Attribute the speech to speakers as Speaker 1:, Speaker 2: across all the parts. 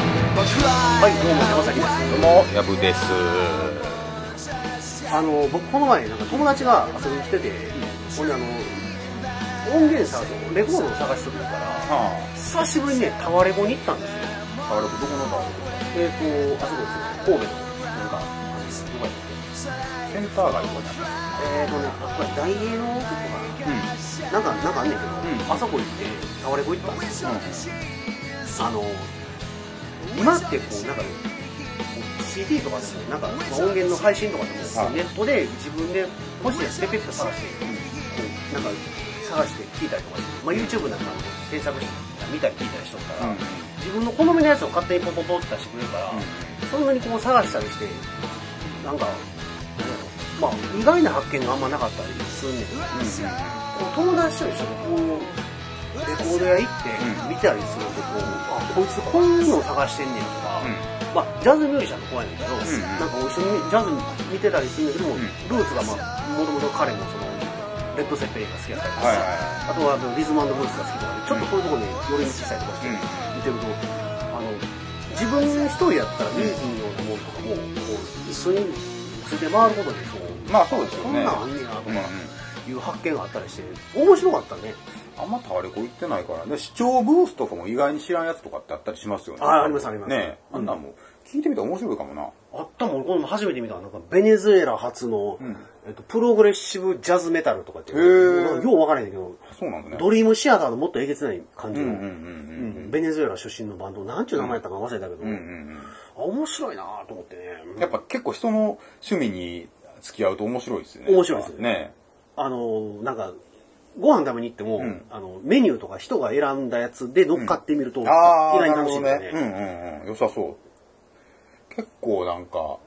Speaker 1: はい、どうも山崎です。
Speaker 2: どうもやぶです
Speaker 1: あの僕この前なんか友達が遊びに来てて、ほんであの音源さレコードを探しとくから
Speaker 2: は
Speaker 1: 久しぶりにねタワレコに行ったんですよ。
Speaker 2: あタワレコどこのタワレコです
Speaker 1: えーとあそこですよ神戸のなんかどこやっ
Speaker 2: かセンター街とかじ
Speaker 1: たっけえーとねこれ大
Speaker 2: ゃない
Speaker 1: 芸能とか
Speaker 2: うん
Speaker 1: なんかなんかあんねんけど、
Speaker 2: うん
Speaker 1: あそこ行ってタワレコ行ったんですよ。
Speaker 2: う
Speaker 1: あの今ってこうなんかねこう CD とかでもなんかまあ音源の配信とかでも、
Speaker 2: はい
Speaker 1: ネットで自分で個人でペペッと探して、こうなんか探して聞いたりとかして、まあ、YouTube なんかで検索して見たり聞いたりしとったら、
Speaker 2: んうん
Speaker 1: 自分の好みのやつを勝手にポポポって出してくれるから、そんなにこう探したりしてなんか、うんまあ意外な発見があんまなかったりすんねんこう友達と一緒にこうレコード屋行っ
Speaker 2: う
Speaker 1: て見たりするとこう、あこいつこういうのを探してんねんとか、まあ、ジャズミュージシャンの子やねんけど、
Speaker 2: ん
Speaker 1: なんか一緒にジャズ見てたりするんだけども、
Speaker 2: ん
Speaker 1: ルーツがまあもともと彼もそのレッド・セッペリンが好きだったりとか、
Speaker 2: はいは
Speaker 1: あとはあのリズムブルースが好きとかでちょっとそういうところに寄り道したりとかして
Speaker 2: うん
Speaker 1: 見てると、あの自分一人やったら見えへんようなものとかもこう一緒について回ることでそう
Speaker 2: いまあそうですよ
Speaker 1: こん
Speaker 2: ね
Speaker 1: なんあんねやとか
Speaker 2: うんうん
Speaker 1: いう発見があったりして面白かったね
Speaker 2: あんまタワレコ行ってないからね視聴ブースとかも意外に知らんやつとかってあったりしますよね
Speaker 1: あありますあります
Speaker 2: ねえあんなんも聞いてみたら面白いかもな
Speaker 1: あったもんこの初めて見たなんかベネズエラ初の、
Speaker 2: ん
Speaker 1: えっと、プログレッシブジャズメタルとかっていう
Speaker 2: ー
Speaker 1: よう分からへんけど
Speaker 2: そうなんだね
Speaker 1: ドリームシアターのもっとえげつない感じの、
Speaker 2: うんうんうん
Speaker 1: うんベネズエラ出身のバンドなんちゅう名前やったか忘れたけど、
Speaker 2: うんうんうん
Speaker 1: あ面白いなと思ってね
Speaker 2: うんやっぱ結構人の趣味に付き合うと面白いですよね
Speaker 1: 面白いですね
Speaker 2: ね
Speaker 1: あのなんかご飯食べに行っても、
Speaker 2: ん
Speaker 1: あのメニューとか人が選んだやつで乗っかってみると、意
Speaker 2: ああ
Speaker 1: 外に楽しいんだ
Speaker 2: な
Speaker 1: ね
Speaker 2: るほどうんうんうん良さそう結構なんか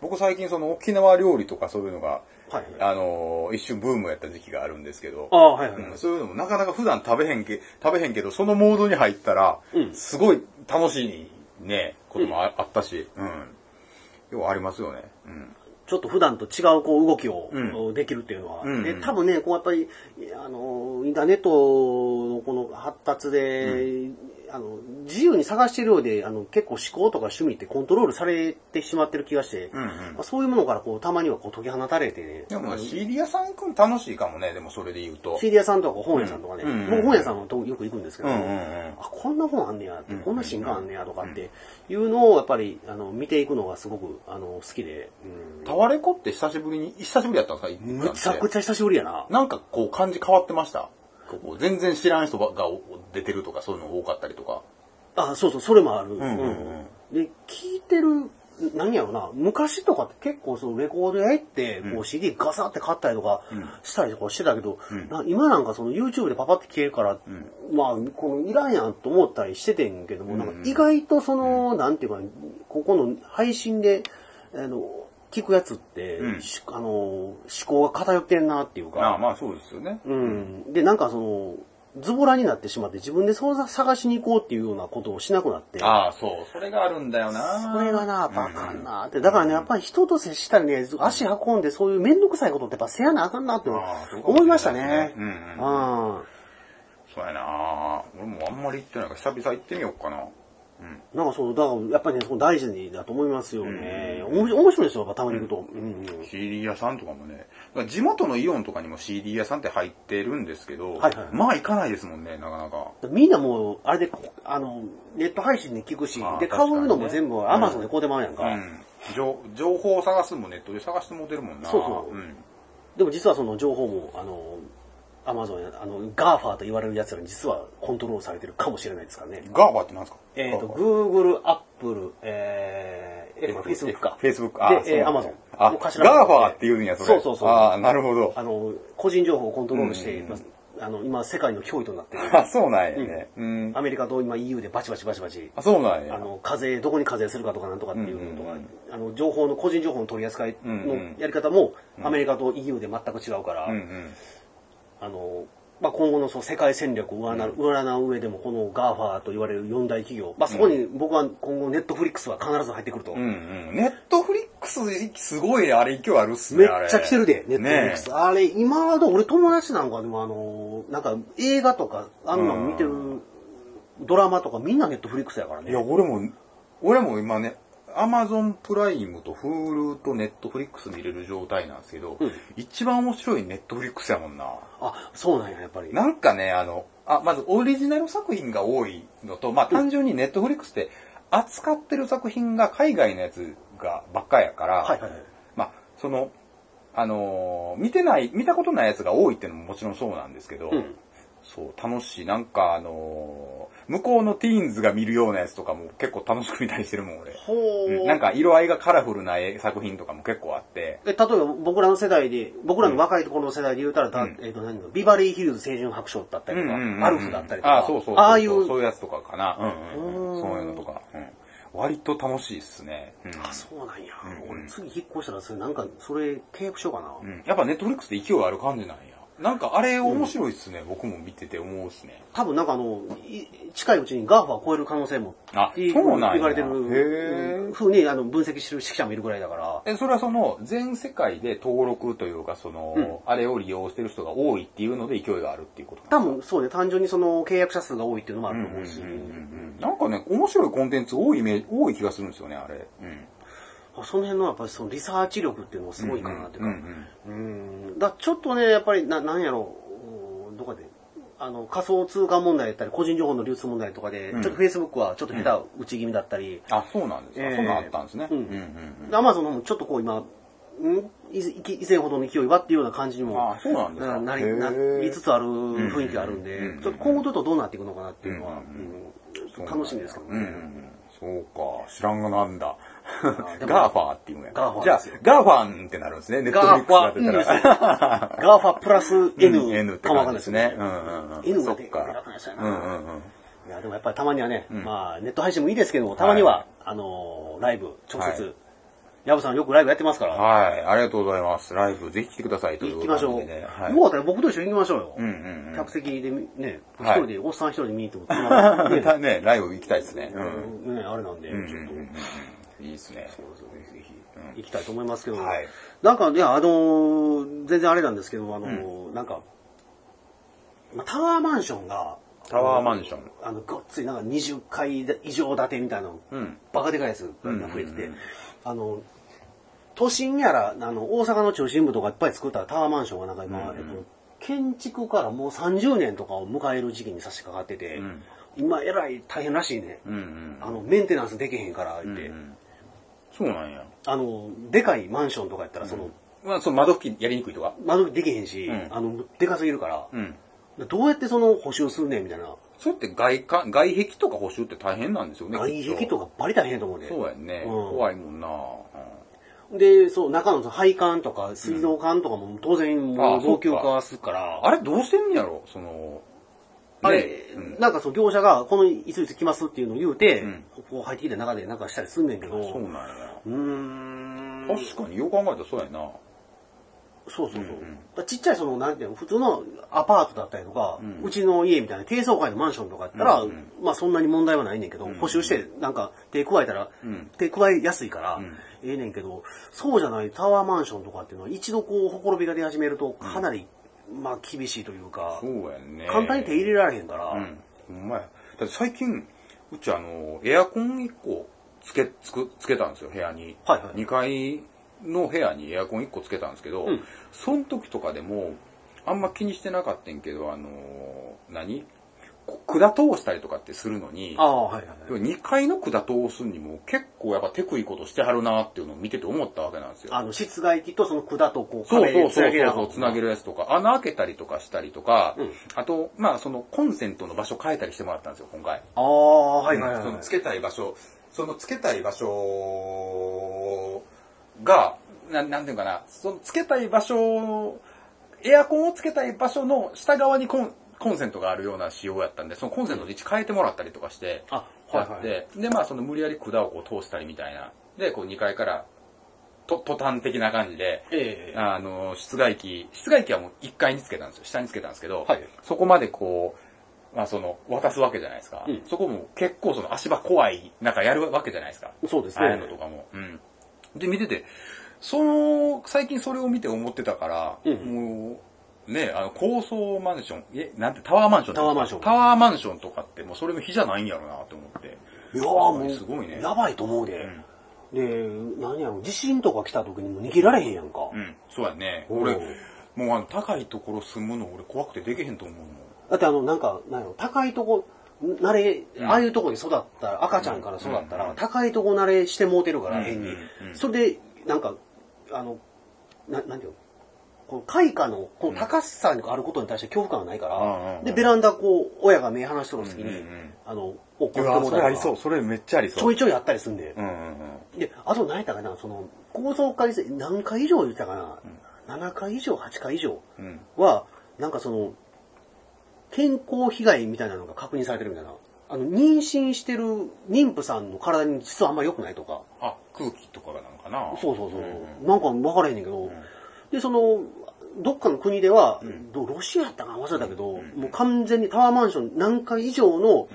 Speaker 2: 僕最近その沖縄料理とかそういうのが
Speaker 1: はい
Speaker 2: あのー一瞬ブームやった時期があるんですけど
Speaker 1: ああはいはい、はい
Speaker 2: うんそういうのもなかなか普段食べへんけ食べへんけどそのモードに入ったら、
Speaker 1: うん
Speaker 2: すごい楽しいねこともあ,、ったし、うん、要はありますよね、うん、
Speaker 1: ちょっと普段と違うこう動きを
Speaker 2: うん
Speaker 1: できるっていうのは、
Speaker 2: うんうん
Speaker 1: で多分ねこうやっぱりあのインターネットのこの発達で、あの自由に探してるようであの結構思考とか趣味ってコントロールされてしまってる気がして、
Speaker 2: うんうん
Speaker 1: まあ、そういうものからこうたまにはこう解き放たれてね
Speaker 2: でも CD 屋さん行くの楽しいかもねでもそれで言うと
Speaker 1: CD 屋さんとか本屋さんとかね、
Speaker 2: うんうん
Speaker 1: 僕本屋さんはよく行くんですけど、
Speaker 2: うんうんうん
Speaker 1: あこんな本あんねやって、こんな新刊あんねやとかっていうのをやっぱりあの見ていくのがすごくあの好きで、うん
Speaker 2: タワレコって久しぶりに久しぶりやったんですか
Speaker 1: むちゃくちゃ久しぶりやな。
Speaker 2: なんかこう感じ変わってましたこう全然知らん人ばが出てるとかそういうの多かったりとか。
Speaker 1: あそうそうそれもある、うん
Speaker 2: うんうん
Speaker 1: で聞いてる何やろな昔とかって結構そのレコード屋行ってこう CD ガサって買ったりとかしたりとかしてたけど、な今なんかその YouTube でパパって消えるから、まあこのいらんやんと思ったりしててんけども、なんか意外とその、なんていうかここの配信であの聞くやつって、しあの思考が偏ってんなっていうか
Speaker 2: ああまあそうですよね。
Speaker 1: うん、でなんかそのズボラになってしまって自分でそうさ探しに行こうっていうようなことをしなくなって
Speaker 2: ああそう。それがあるんだよな。
Speaker 1: それがなバカんなってだからねやっぱり人と接したりね足運んでそういう面倒くさいことってやっぱせやなあかんなって
Speaker 2: ああそうかもしれない
Speaker 1: 思いましたね
Speaker 2: うんう
Speaker 1: あ
Speaker 2: そうやな。俺もあんまり行ってないから久々行ってみようかな。うん。
Speaker 1: あなんかそうだからやっぱりねそこ大事にだと思いますよね、おもし面白いですよやっぱたまに行くと、うんうん
Speaker 2: CD 屋さんとかもね。だから地元のイオンとかにも CD 屋さんって入ってるんですけど、
Speaker 1: はいはい
Speaker 2: まあ行かないですもんね、なかなか。
Speaker 1: みんなもう、あれで、あの、ネット配信で聞くし
Speaker 2: ああ、
Speaker 1: で、買
Speaker 2: 確かに
Speaker 1: う
Speaker 2: ね
Speaker 1: のも全部、アマゾンで買うてまうやんか。
Speaker 2: うん。情情報を探すのもネットで探してもうてるもんな。
Speaker 1: そうそう
Speaker 2: うん。
Speaker 1: でも実はその情報も、あの、アマゾンや、あの、ガーファーと言われるやつらに実はコントロールされてるかもしれないですからね。
Speaker 2: ガーバーってなんですか
Speaker 1: えっ、と、
Speaker 2: ガーバー
Speaker 1: Google、Apple、えー、え Facebook か。
Speaker 2: Facebook
Speaker 1: で、えー、
Speaker 2: そう
Speaker 1: Amazon。
Speaker 2: あ、
Speaker 1: の
Speaker 2: ガ
Speaker 1: 頭文
Speaker 2: ー
Speaker 1: 字
Speaker 2: ファーって言うんや、それ。
Speaker 1: そうそうそう。
Speaker 2: ああ、
Speaker 1: あ
Speaker 2: なるほど。
Speaker 1: の、個人情報をコントロールして、あの、今、世界の脅威となってる。
Speaker 2: あ、 そうなんやね。うん。
Speaker 1: アメリカと今 EU でバチバチバチバチ。
Speaker 2: あ、そうなん
Speaker 1: あ
Speaker 2: や。
Speaker 1: の課税どこに課税するかとかなんとかっていうのとか、あの情報の個人情報の取り扱いのやり方も、アメリカと EU で全く違うから、
Speaker 2: うんうん。
Speaker 1: あの、まあ、今後のその世界戦略を占う,、占う上でもこの GAFA と言われる四大企業、まあ、そこに僕は今後ネットフリックスは必ず入ってくると、
Speaker 2: うんうん。ネットフリックス、すごいね、あれ勢いあるっす
Speaker 1: め
Speaker 2: ね。
Speaker 1: っちゃ来てるでネットフリックス、
Speaker 2: ね
Speaker 1: あれ今まで俺友達なんかでもあのなんか映画とかあんなの見てる、ドラマとかみんなネットフリックスやから
Speaker 2: え
Speaker 1: ね
Speaker 2: いや、俺も、俺も今ね、アマゾンプライムと Hulu と Netflix 見れる状態なんですけど、
Speaker 1: うん
Speaker 2: 一番面白い Netflix やもんな。
Speaker 1: あ、そうなんや、やっぱり。
Speaker 2: なんかね、あの、あ、まずオリジナル作品が多いのと、まあ単純に Netflix って扱ってる作品が海外のやつがばっかやから、
Speaker 1: はいはいはい。
Speaker 2: まあ、その、あのー見てない、見たことないやつが多いっていうのももちろんそうなんですけど、
Speaker 1: うん
Speaker 2: そう、楽しい。なんか、あのー向こうのティーンズが見るようなやつとかも結構楽しく見たりしてるもん、俺。
Speaker 1: ほ
Speaker 2: う
Speaker 1: ー
Speaker 2: んなん、か、色合いがカラフルな絵作品とかも結構あって、
Speaker 1: え、例えば僕らの世代で、僕らの若いところの世代で言うたら、だ
Speaker 2: うん
Speaker 1: えっと、何だろうビバリーヒルズ青春白書だったりとか、
Speaker 2: うんうんうん
Speaker 1: アルフだったりと
Speaker 2: あ
Speaker 1: か、
Speaker 2: あ、そうそうそう
Speaker 1: ああいう、
Speaker 2: そういうやつとかかな。うんうんうん。
Speaker 1: うん
Speaker 2: そういうのとか。うん割と楽しいっすね。うん
Speaker 1: あ、そうなんや。
Speaker 2: うん
Speaker 1: 俺次引っ越したら、それなんか、それ契約しようかな。
Speaker 2: うんやっぱネットフリックスって勢いある感じなんや。なんか、あれ面白いっすね。僕も見てて思うっすね。
Speaker 1: 多分なんかあの、い近いうちにガーファを超える可能性も、
Speaker 2: あ
Speaker 1: っていう
Speaker 2: そうなんや
Speaker 1: 言われてる、
Speaker 2: へー
Speaker 1: うんふうにあの分析してる指揮者もいるぐらいだから、
Speaker 2: え、それはその、全世界で登録というか、その、あれを利用してる人が多いっていうので勢いがあるっていうこと
Speaker 1: 多分そうね、単純にその契約者数が多いっていうのもあると思うし、
Speaker 2: なんかね、面白いコンテンツ多いイメージ、多い気がするんですよね、あれ。うん。
Speaker 1: あその辺のやっぱりそのリサーチ力っていうのがすごいかなっていうか、
Speaker 2: うんうんうん
Speaker 1: うんだちょっとね、やっぱりな、なんやろううん、どこかで、あの、仮想通貨問題だったり、個人情報の流通問題とかで、
Speaker 2: ん
Speaker 1: ちょっと Facebook はちょっと下手打ち気味だったり、
Speaker 2: あ、そうなんですか。
Speaker 1: ええ
Speaker 2: そんなんあったんですね。
Speaker 1: うん
Speaker 2: ん
Speaker 1: アマゾンの方もちょっとこう今、んいい以前ほどの勢いはっていうような感じにも
Speaker 2: あそうなんですか
Speaker 1: な
Speaker 2: へ
Speaker 1: り
Speaker 2: ー
Speaker 1: なりつつある雰囲気があるんで、
Speaker 2: うん
Speaker 1: ちょっと今後ちょっとどうなっていくのかなっていうのは、
Speaker 2: うん
Speaker 1: うん楽しみですけど
Speaker 2: うんうんう
Speaker 1: ね。
Speaker 2: ん。そうか、知らんがなんだ。
Speaker 1: でも
Speaker 2: ガーファーっていうんや。
Speaker 1: ガーファー
Speaker 2: じゃ
Speaker 1: で
Speaker 2: あ
Speaker 1: すよ、
Speaker 2: ガーファンってなるんですね、ネットフ
Speaker 1: ガ
Speaker 2: リ
Speaker 1: ー
Speaker 2: ッ
Speaker 1: ファ、う
Speaker 2: ク
Speaker 1: ん
Speaker 2: スが
Speaker 1: で
Speaker 2: 出
Speaker 1: す
Speaker 2: た
Speaker 1: よ
Speaker 2: ら。
Speaker 1: ガーファプラス N,
Speaker 2: N N って
Speaker 1: かもわか
Speaker 2: 感
Speaker 1: ん
Speaker 2: じ
Speaker 1: ない
Speaker 2: ですね。うんうんうん。
Speaker 1: N
Speaker 2: そ
Speaker 1: が
Speaker 2: っ
Speaker 1: で
Speaker 2: か
Speaker 1: かくなっちゃう
Speaker 2: うん
Speaker 1: な。
Speaker 2: うんうん。
Speaker 1: いや、でもやっぱりたまにはね、
Speaker 2: ん
Speaker 1: まあ、ネット配信もいいですけども、たまには、
Speaker 2: はい
Speaker 1: あのーライブ、直
Speaker 2: は
Speaker 1: 接、ヤブさんよくライブやってますから、
Speaker 2: はい、ありがとうございます。ライブぜひ来てくださいという
Speaker 1: 行
Speaker 2: こ
Speaker 1: き
Speaker 2: と
Speaker 1: ましょう。
Speaker 2: でね。はい。
Speaker 1: よかったら僕と一緒に行きましょうよ。
Speaker 2: うんうん
Speaker 1: 客席でみね、一
Speaker 2: はい
Speaker 1: 人で、おっさん一人で見に行 っても、
Speaker 2: うん。
Speaker 1: ね
Speaker 2: だね、ライブ行きたいですね。うん。
Speaker 1: ね、あれなんで、ちょっと、
Speaker 2: いいですね。ぜひ。うん
Speaker 1: 行きたいと思いますけど、
Speaker 2: はい
Speaker 1: なんか、いや、あのー全然あれなんですけど、あのーなんか、まあタワーマンションが、
Speaker 2: タワーマンション。
Speaker 1: あの、ごっつい、なんか20階以上建てみたいなの、
Speaker 2: うん
Speaker 1: バカでかいやつが増えてて、
Speaker 2: うんうんうん
Speaker 1: あの、都心やら、あの、大阪の中心部とかいっぱい作ったタワーマンションがなんか今、
Speaker 2: うんうん
Speaker 1: えっと建築からもう30年とかを迎える時期に差し掛かってて、
Speaker 2: ん
Speaker 1: 今、えらい大変らしいね。
Speaker 2: うんうん。
Speaker 1: あの、メンテナンスできへんから、って、
Speaker 2: うんそうなんや。
Speaker 1: あの、でかいマンションとかやったら、その、
Speaker 2: まあ、その窓付近やりにくいとか
Speaker 1: 窓できへんし、
Speaker 2: ん
Speaker 1: あの、でかすぎるから、
Speaker 2: うん。
Speaker 1: どうやってその補修すんねんみたいな。
Speaker 2: それって外観、外壁とか補修って大変なんですよね。
Speaker 1: 外壁と
Speaker 2: か。
Speaker 1: かバリ大変やと思うね。
Speaker 2: そうやんね。
Speaker 1: うん
Speaker 2: 怖いもんな。
Speaker 1: で、そう、中のその配管とか水道管とかも当然も
Speaker 2: あ
Speaker 1: う
Speaker 2: そ
Speaker 1: 老
Speaker 2: っか
Speaker 1: 朽化するから、
Speaker 2: あれどうしてんやろその、
Speaker 1: あれ、
Speaker 2: うん
Speaker 1: なんかその業者がこのいついつ来ますっていうのを言うて、
Speaker 2: ん
Speaker 1: こう入ってきた中でなんかしたりすんねんけど、
Speaker 2: そ
Speaker 1: う
Speaker 2: うなんや。
Speaker 1: ーん。
Speaker 2: 確かによう考えたらそうやな。
Speaker 1: そうそうそう。
Speaker 2: うん
Speaker 1: だ
Speaker 2: うん
Speaker 1: からちっちゃいその、なんていうの、普通のアパートだったりとか、うちの家みたいな低層階のマンションとかやったら、
Speaker 2: うんうん
Speaker 1: まあそんなに問題はないねんけど、補修してなんか手加えたら、手加えやすいから、
Speaker 2: ん
Speaker 1: ええねんけど、そうじゃないタワーマンションとかっていうのは一度こう、ほころびが出始めるとかなり、まあ厳しいというか、
Speaker 2: そうやんね。
Speaker 1: 簡単に手入れられへんから、
Speaker 2: うん。ほんまや。だって最近、うちあの、エアコン1個つけ、つく、つけたんですよ、部屋に。
Speaker 1: はいはい
Speaker 2: 2階の部屋にエアコン1個つけたんですけど、
Speaker 1: ん
Speaker 2: その時とかでも、あんま気にしてなかったんけど、あのー、何こ管通したりとかってするのに
Speaker 1: あ、あ、はいはいはい。
Speaker 2: 2階の管通すにも結構やっぱテクいことしてはるなっていうのを見てて思ったわけなんですよ。
Speaker 1: あの、室外機とその管とこう、
Speaker 2: そう
Speaker 1: 壁
Speaker 2: そう
Speaker 1: で
Speaker 2: そう
Speaker 1: げな
Speaker 2: そう、つなげるやつとか、穴開けたりとかしたりとか、
Speaker 1: うん
Speaker 2: あと、まあ、そのコンセントの場所変えたりしてもらったんですよ、今回。
Speaker 1: ああ、はいはいはい
Speaker 2: そ
Speaker 1: は
Speaker 2: の
Speaker 1: い。
Speaker 2: つけたい場所、そのつけたい場所が、ななんていうのかな、そのつけたい場所、エアコンをつけたい場所の下側にコンコンセントがあるような仕様やったんで、そのコンセントの位置変えてもらったりとかして、
Speaker 1: あ、
Speaker 2: や
Speaker 1: はい
Speaker 2: っ
Speaker 1: は
Speaker 2: て、
Speaker 1: いはい。
Speaker 2: で、まあ、その無理やり管をこう通したりみたいな。で、こう2階から、と、途端的な感じで、
Speaker 1: ええ
Speaker 2: あの、室外機、室外機はもう1階につけたんですよ。下につけたんですけど、
Speaker 1: はい
Speaker 2: そこまでこう、まあその、渡すわけじゃないですか。
Speaker 1: うん
Speaker 2: そこも結構その足場怖い、なんかやるわけじゃないですか。
Speaker 1: そうです
Speaker 2: あ
Speaker 1: ね。
Speaker 2: あいうのとかも。うん。で、見てて、その、最近それを見て思ってたから、
Speaker 1: うん
Speaker 2: もう、ね、あの、高層マンション、え、なんて、タワーマンションって言うんですか
Speaker 1: タワーマンション
Speaker 2: タワーマンションとかって、もうそれの日じゃないんやろうなと思って。
Speaker 1: いやーもう、
Speaker 2: すごいね
Speaker 1: やばいと思うで。で、何やろ、地震とか来た時にも逃げられへんやんか。
Speaker 2: うん、そうやね。
Speaker 1: おう
Speaker 2: 俺、もうあの、高いところ住むの俺怖くてできへんと思うもん。
Speaker 1: だってあの、なんか、なんやろ、高いとこ、慣れ、
Speaker 2: ん
Speaker 1: ああいうとこに育ったら、赤ちゃんから育ったら、
Speaker 2: うん
Speaker 1: 高いとこ慣れしてもうてるから、
Speaker 2: うん
Speaker 1: 変に
Speaker 2: うんう。ん
Speaker 1: それで、なんか、あの、ななんていうのこの開花のこの高さにあることに対して恐怖感はないか
Speaker 2: うんうん
Speaker 1: ら、
Speaker 2: うん
Speaker 1: で、ベランダこう、親が目離しとる時に、
Speaker 2: うんうんうん
Speaker 1: あの、怒って
Speaker 2: う
Speaker 1: も
Speaker 2: わ、
Speaker 1: う
Speaker 2: そ
Speaker 1: た
Speaker 2: れ
Speaker 1: りと
Speaker 2: あり
Speaker 1: か
Speaker 2: そう。それめっちゃあり
Speaker 1: ちょ
Speaker 2: そう。
Speaker 1: いちょいやったりすんで
Speaker 2: う。んうんうん。
Speaker 1: で、あと何やったかな、その、構造化にせ何回以上言ったかな、7回以上、8回以上
Speaker 2: うん
Speaker 1: は、なんかその、健康被害みたいなのが確認されてるみたいな。あの、妊娠してる妊婦さんの体に実はあんま良くないとか。
Speaker 2: あ、空気とかがなんかな。
Speaker 1: そうそうそう。
Speaker 2: んん
Speaker 1: なんか分からへんねんけど、で、その、どっかの国では、どロシアやったかな忘れたけど、もう完全にタワーマンション何階以上の、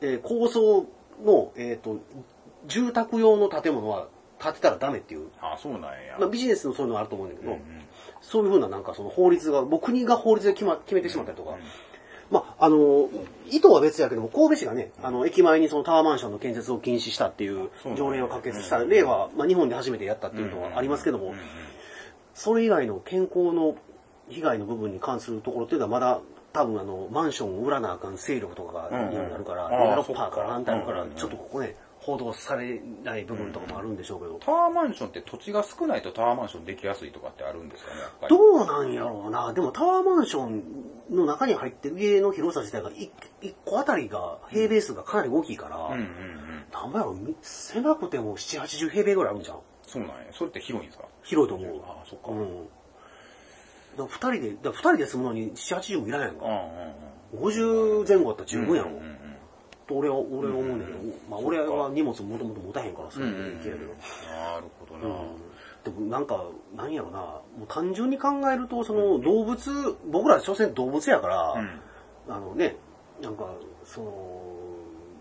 Speaker 1: えー高層の、えっ、と、住宅用の建物は建てたらダメっていう。
Speaker 2: あ、そうなんや。
Speaker 1: まあ、ビジネスのそういうのはあると思うんだけど、
Speaker 2: うんうん
Speaker 1: そういうふうななんかその法律が、もう国が法律で決,、ま、決めてしまったりとか、まあ、あの、意図は別やけども、神戸市がね、あの、駅前にそのタワーマンションの建設を禁止したっていう
Speaker 2: そうなんだ
Speaker 1: 条例を可決した、例は、まあ、日本で初めてやったっていうのはありますけども、それ以外の健康の被害の部分に関するところっていうのはまだ、多分あの、マンションを売らなあかん勢力とかがになるから、
Speaker 2: うんうん
Speaker 1: デベロッパーから反対あるから
Speaker 2: うんうん、
Speaker 1: ちょっとここね、報道されない部分とかもあるんでしょうけど、
Speaker 2: タワーマンションって土地が少ないとタワーマンションできやすいとかってあるんですかね、やっぱり
Speaker 1: どうなんやろうな。でもタワーマンションの中に入ってる家の広さ自体が 1, 個あたりが平米数がかなり大きいから、
Speaker 2: うんうんうん。
Speaker 1: なんぼやろみ狭くても7、80平米ぐらいあるんじゃん。
Speaker 2: そうなんや。それって広いんですか
Speaker 1: 広いと思う。
Speaker 2: ああ、そっか。
Speaker 1: う
Speaker 2: うんうん
Speaker 1: ん。だから2人で、だから二人で住むのに7、80もいらないやんか。50前後だったら十分やろ。
Speaker 2: うんうんうん。
Speaker 1: と俺は、俺は思うんだけど、まあ俺は荷物もともと持たへんからさ、
Speaker 2: うんうんうん
Speaker 1: いけるけど。
Speaker 2: なるほどな。
Speaker 1: でもなんか、なんやろな、もう単純に考えると、その動物、僕ら所詮動物やから、
Speaker 2: ん
Speaker 1: あのね、なんか、その、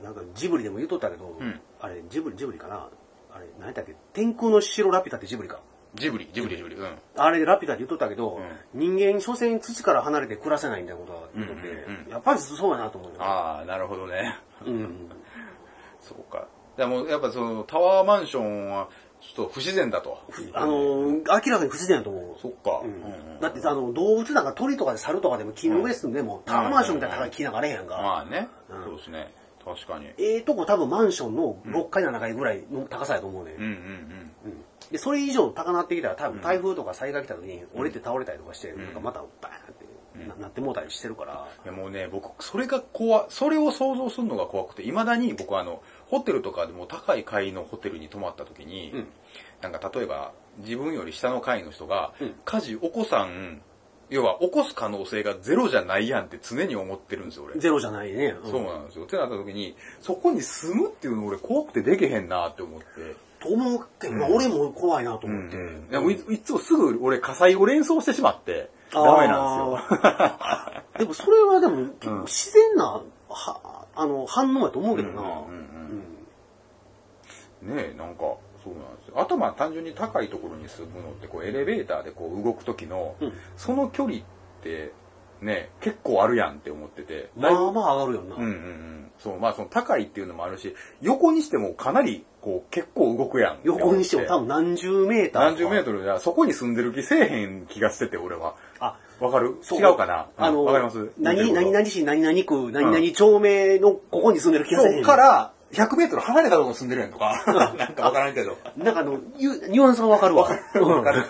Speaker 1: なんかジブリでも言うとったけど、
Speaker 2: うん
Speaker 1: あれ、ジブリ、ジブリかなあれ、何やったっけ天空の城ラピュタってジブリか。
Speaker 2: ジブリ、ジブリ、ジブリ。うん。
Speaker 1: あれ、ラピュタって言っとったけど、
Speaker 2: う
Speaker 1: 人間、所詮土から離れて暮らせないみたいなことは言っとって、
Speaker 2: うんうんうん
Speaker 1: やっぱりそうやなと思うよ。
Speaker 2: ああ、なるほどね。
Speaker 1: うん。
Speaker 2: そうか。でも、やっぱその、タワーマンションは、ちょっと不自然だと。
Speaker 1: あの、明らかに不自然やと思う。
Speaker 2: そっか。
Speaker 1: う
Speaker 2: うんんうん
Speaker 1: だってあの動物なんか鳥とかで猿とかでも木の上住んでも、タワーマンションみたいな高い木なんかあれへんやんか。
Speaker 2: まあね、
Speaker 1: うん
Speaker 2: そうですね。確かに。
Speaker 1: ええとこ多分マンションの6階7階ぐらいの高さやと思うね、
Speaker 2: うんうんうん。
Speaker 1: うんで、それ以上高なってきたら多分台風とか災害来た時に折れて倒れたりとかして、なんかまたバーンってな,、ってもうたりしてるから。
Speaker 2: いやもうね、僕、それが怖、それを想像するのが怖くて、いまだに僕はあの、ホテルとかでも高い階のホテルに泊まった時に、
Speaker 1: うん
Speaker 2: なんか例えば、自分より下の階の人が
Speaker 1: うん、
Speaker 2: 火事起こさん、要は起こす可能性がゼロじゃないやんって常に思ってるんですよ、俺。
Speaker 1: ゼロじゃないね。うん
Speaker 2: そうなんですよ。ってなった時に、そこに住むっていうの俺怖くてできへんなって思って。
Speaker 1: と思うけど、まあ、俺も怖いなと
Speaker 2: う
Speaker 1: 思って。
Speaker 2: ん。でもいいつもすぐ俺火災を連想してしまって、
Speaker 1: あー
Speaker 2: ダメなんですよ。
Speaker 1: でもそれはでも結構自然な、はあの反応やと思うけどな。
Speaker 2: うんうんねえなんかそうなんですよあとまあ単純に高いところに住むのってこうエレベーターでこう動く時の、
Speaker 1: うん
Speaker 2: その距離ってね結構あるやんって思ってて
Speaker 1: うん
Speaker 2: だい
Speaker 1: ま
Speaker 2: ぶ
Speaker 1: あまあ上がるよな。
Speaker 2: うんうんうんそうまあその高いっていうのもあるし横にしてもかなりこう結構動くやんって思って
Speaker 1: 横にしても多分何十メーター。
Speaker 2: 何十メートルじゃそこに住んでる気せえへん気がしてて俺は
Speaker 1: あ、
Speaker 2: わかる
Speaker 1: そ
Speaker 2: 違うかな
Speaker 1: あ
Speaker 2: う
Speaker 1: の、
Speaker 2: んわかります言っ
Speaker 1: 何、
Speaker 2: てること
Speaker 1: 何々市、何々区、何々町名のここに住んでる気がす
Speaker 2: そ
Speaker 1: る。
Speaker 2: うか。ら100メートル離れたところに住んでるやんとか なんかわからんけど
Speaker 1: なんかあの、ゆニュアンスがわかるわ。
Speaker 2: わかる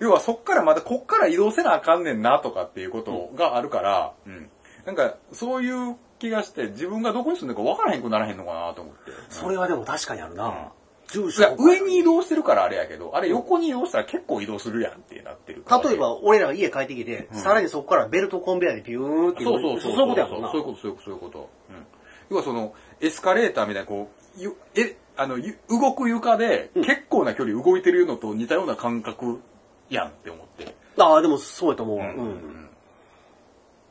Speaker 2: 要はそっからまたこっから移動せなあかんねんなとかっていうことがあるから、うんなんかそういう気がして自分がどこに住んでるか分からへんくならへんのかなと思って。
Speaker 1: それはでも確かにある
Speaker 2: うん
Speaker 1: な。住
Speaker 2: い
Speaker 1: 所。
Speaker 2: や上に移動してるからあれやけど、あれ横に移動したら結構移動するやんってなってるからね
Speaker 1: 例え、ば、俺らが家帰ってきて、さらにそこからベルトコンベヤーでピューンって
Speaker 2: そうそうそう。
Speaker 1: そういうことやもんな。
Speaker 2: そういうこと、そういうこと、そういうこと。うん要はその、エスカレーターみたいな、こう、ゆえ、あの、ゆ動く床で結構な距離動いてるのと似たような感覚やんって思って。
Speaker 1: ああ、でもそうやと思うわ。う
Speaker 2: うん
Speaker 1: ん。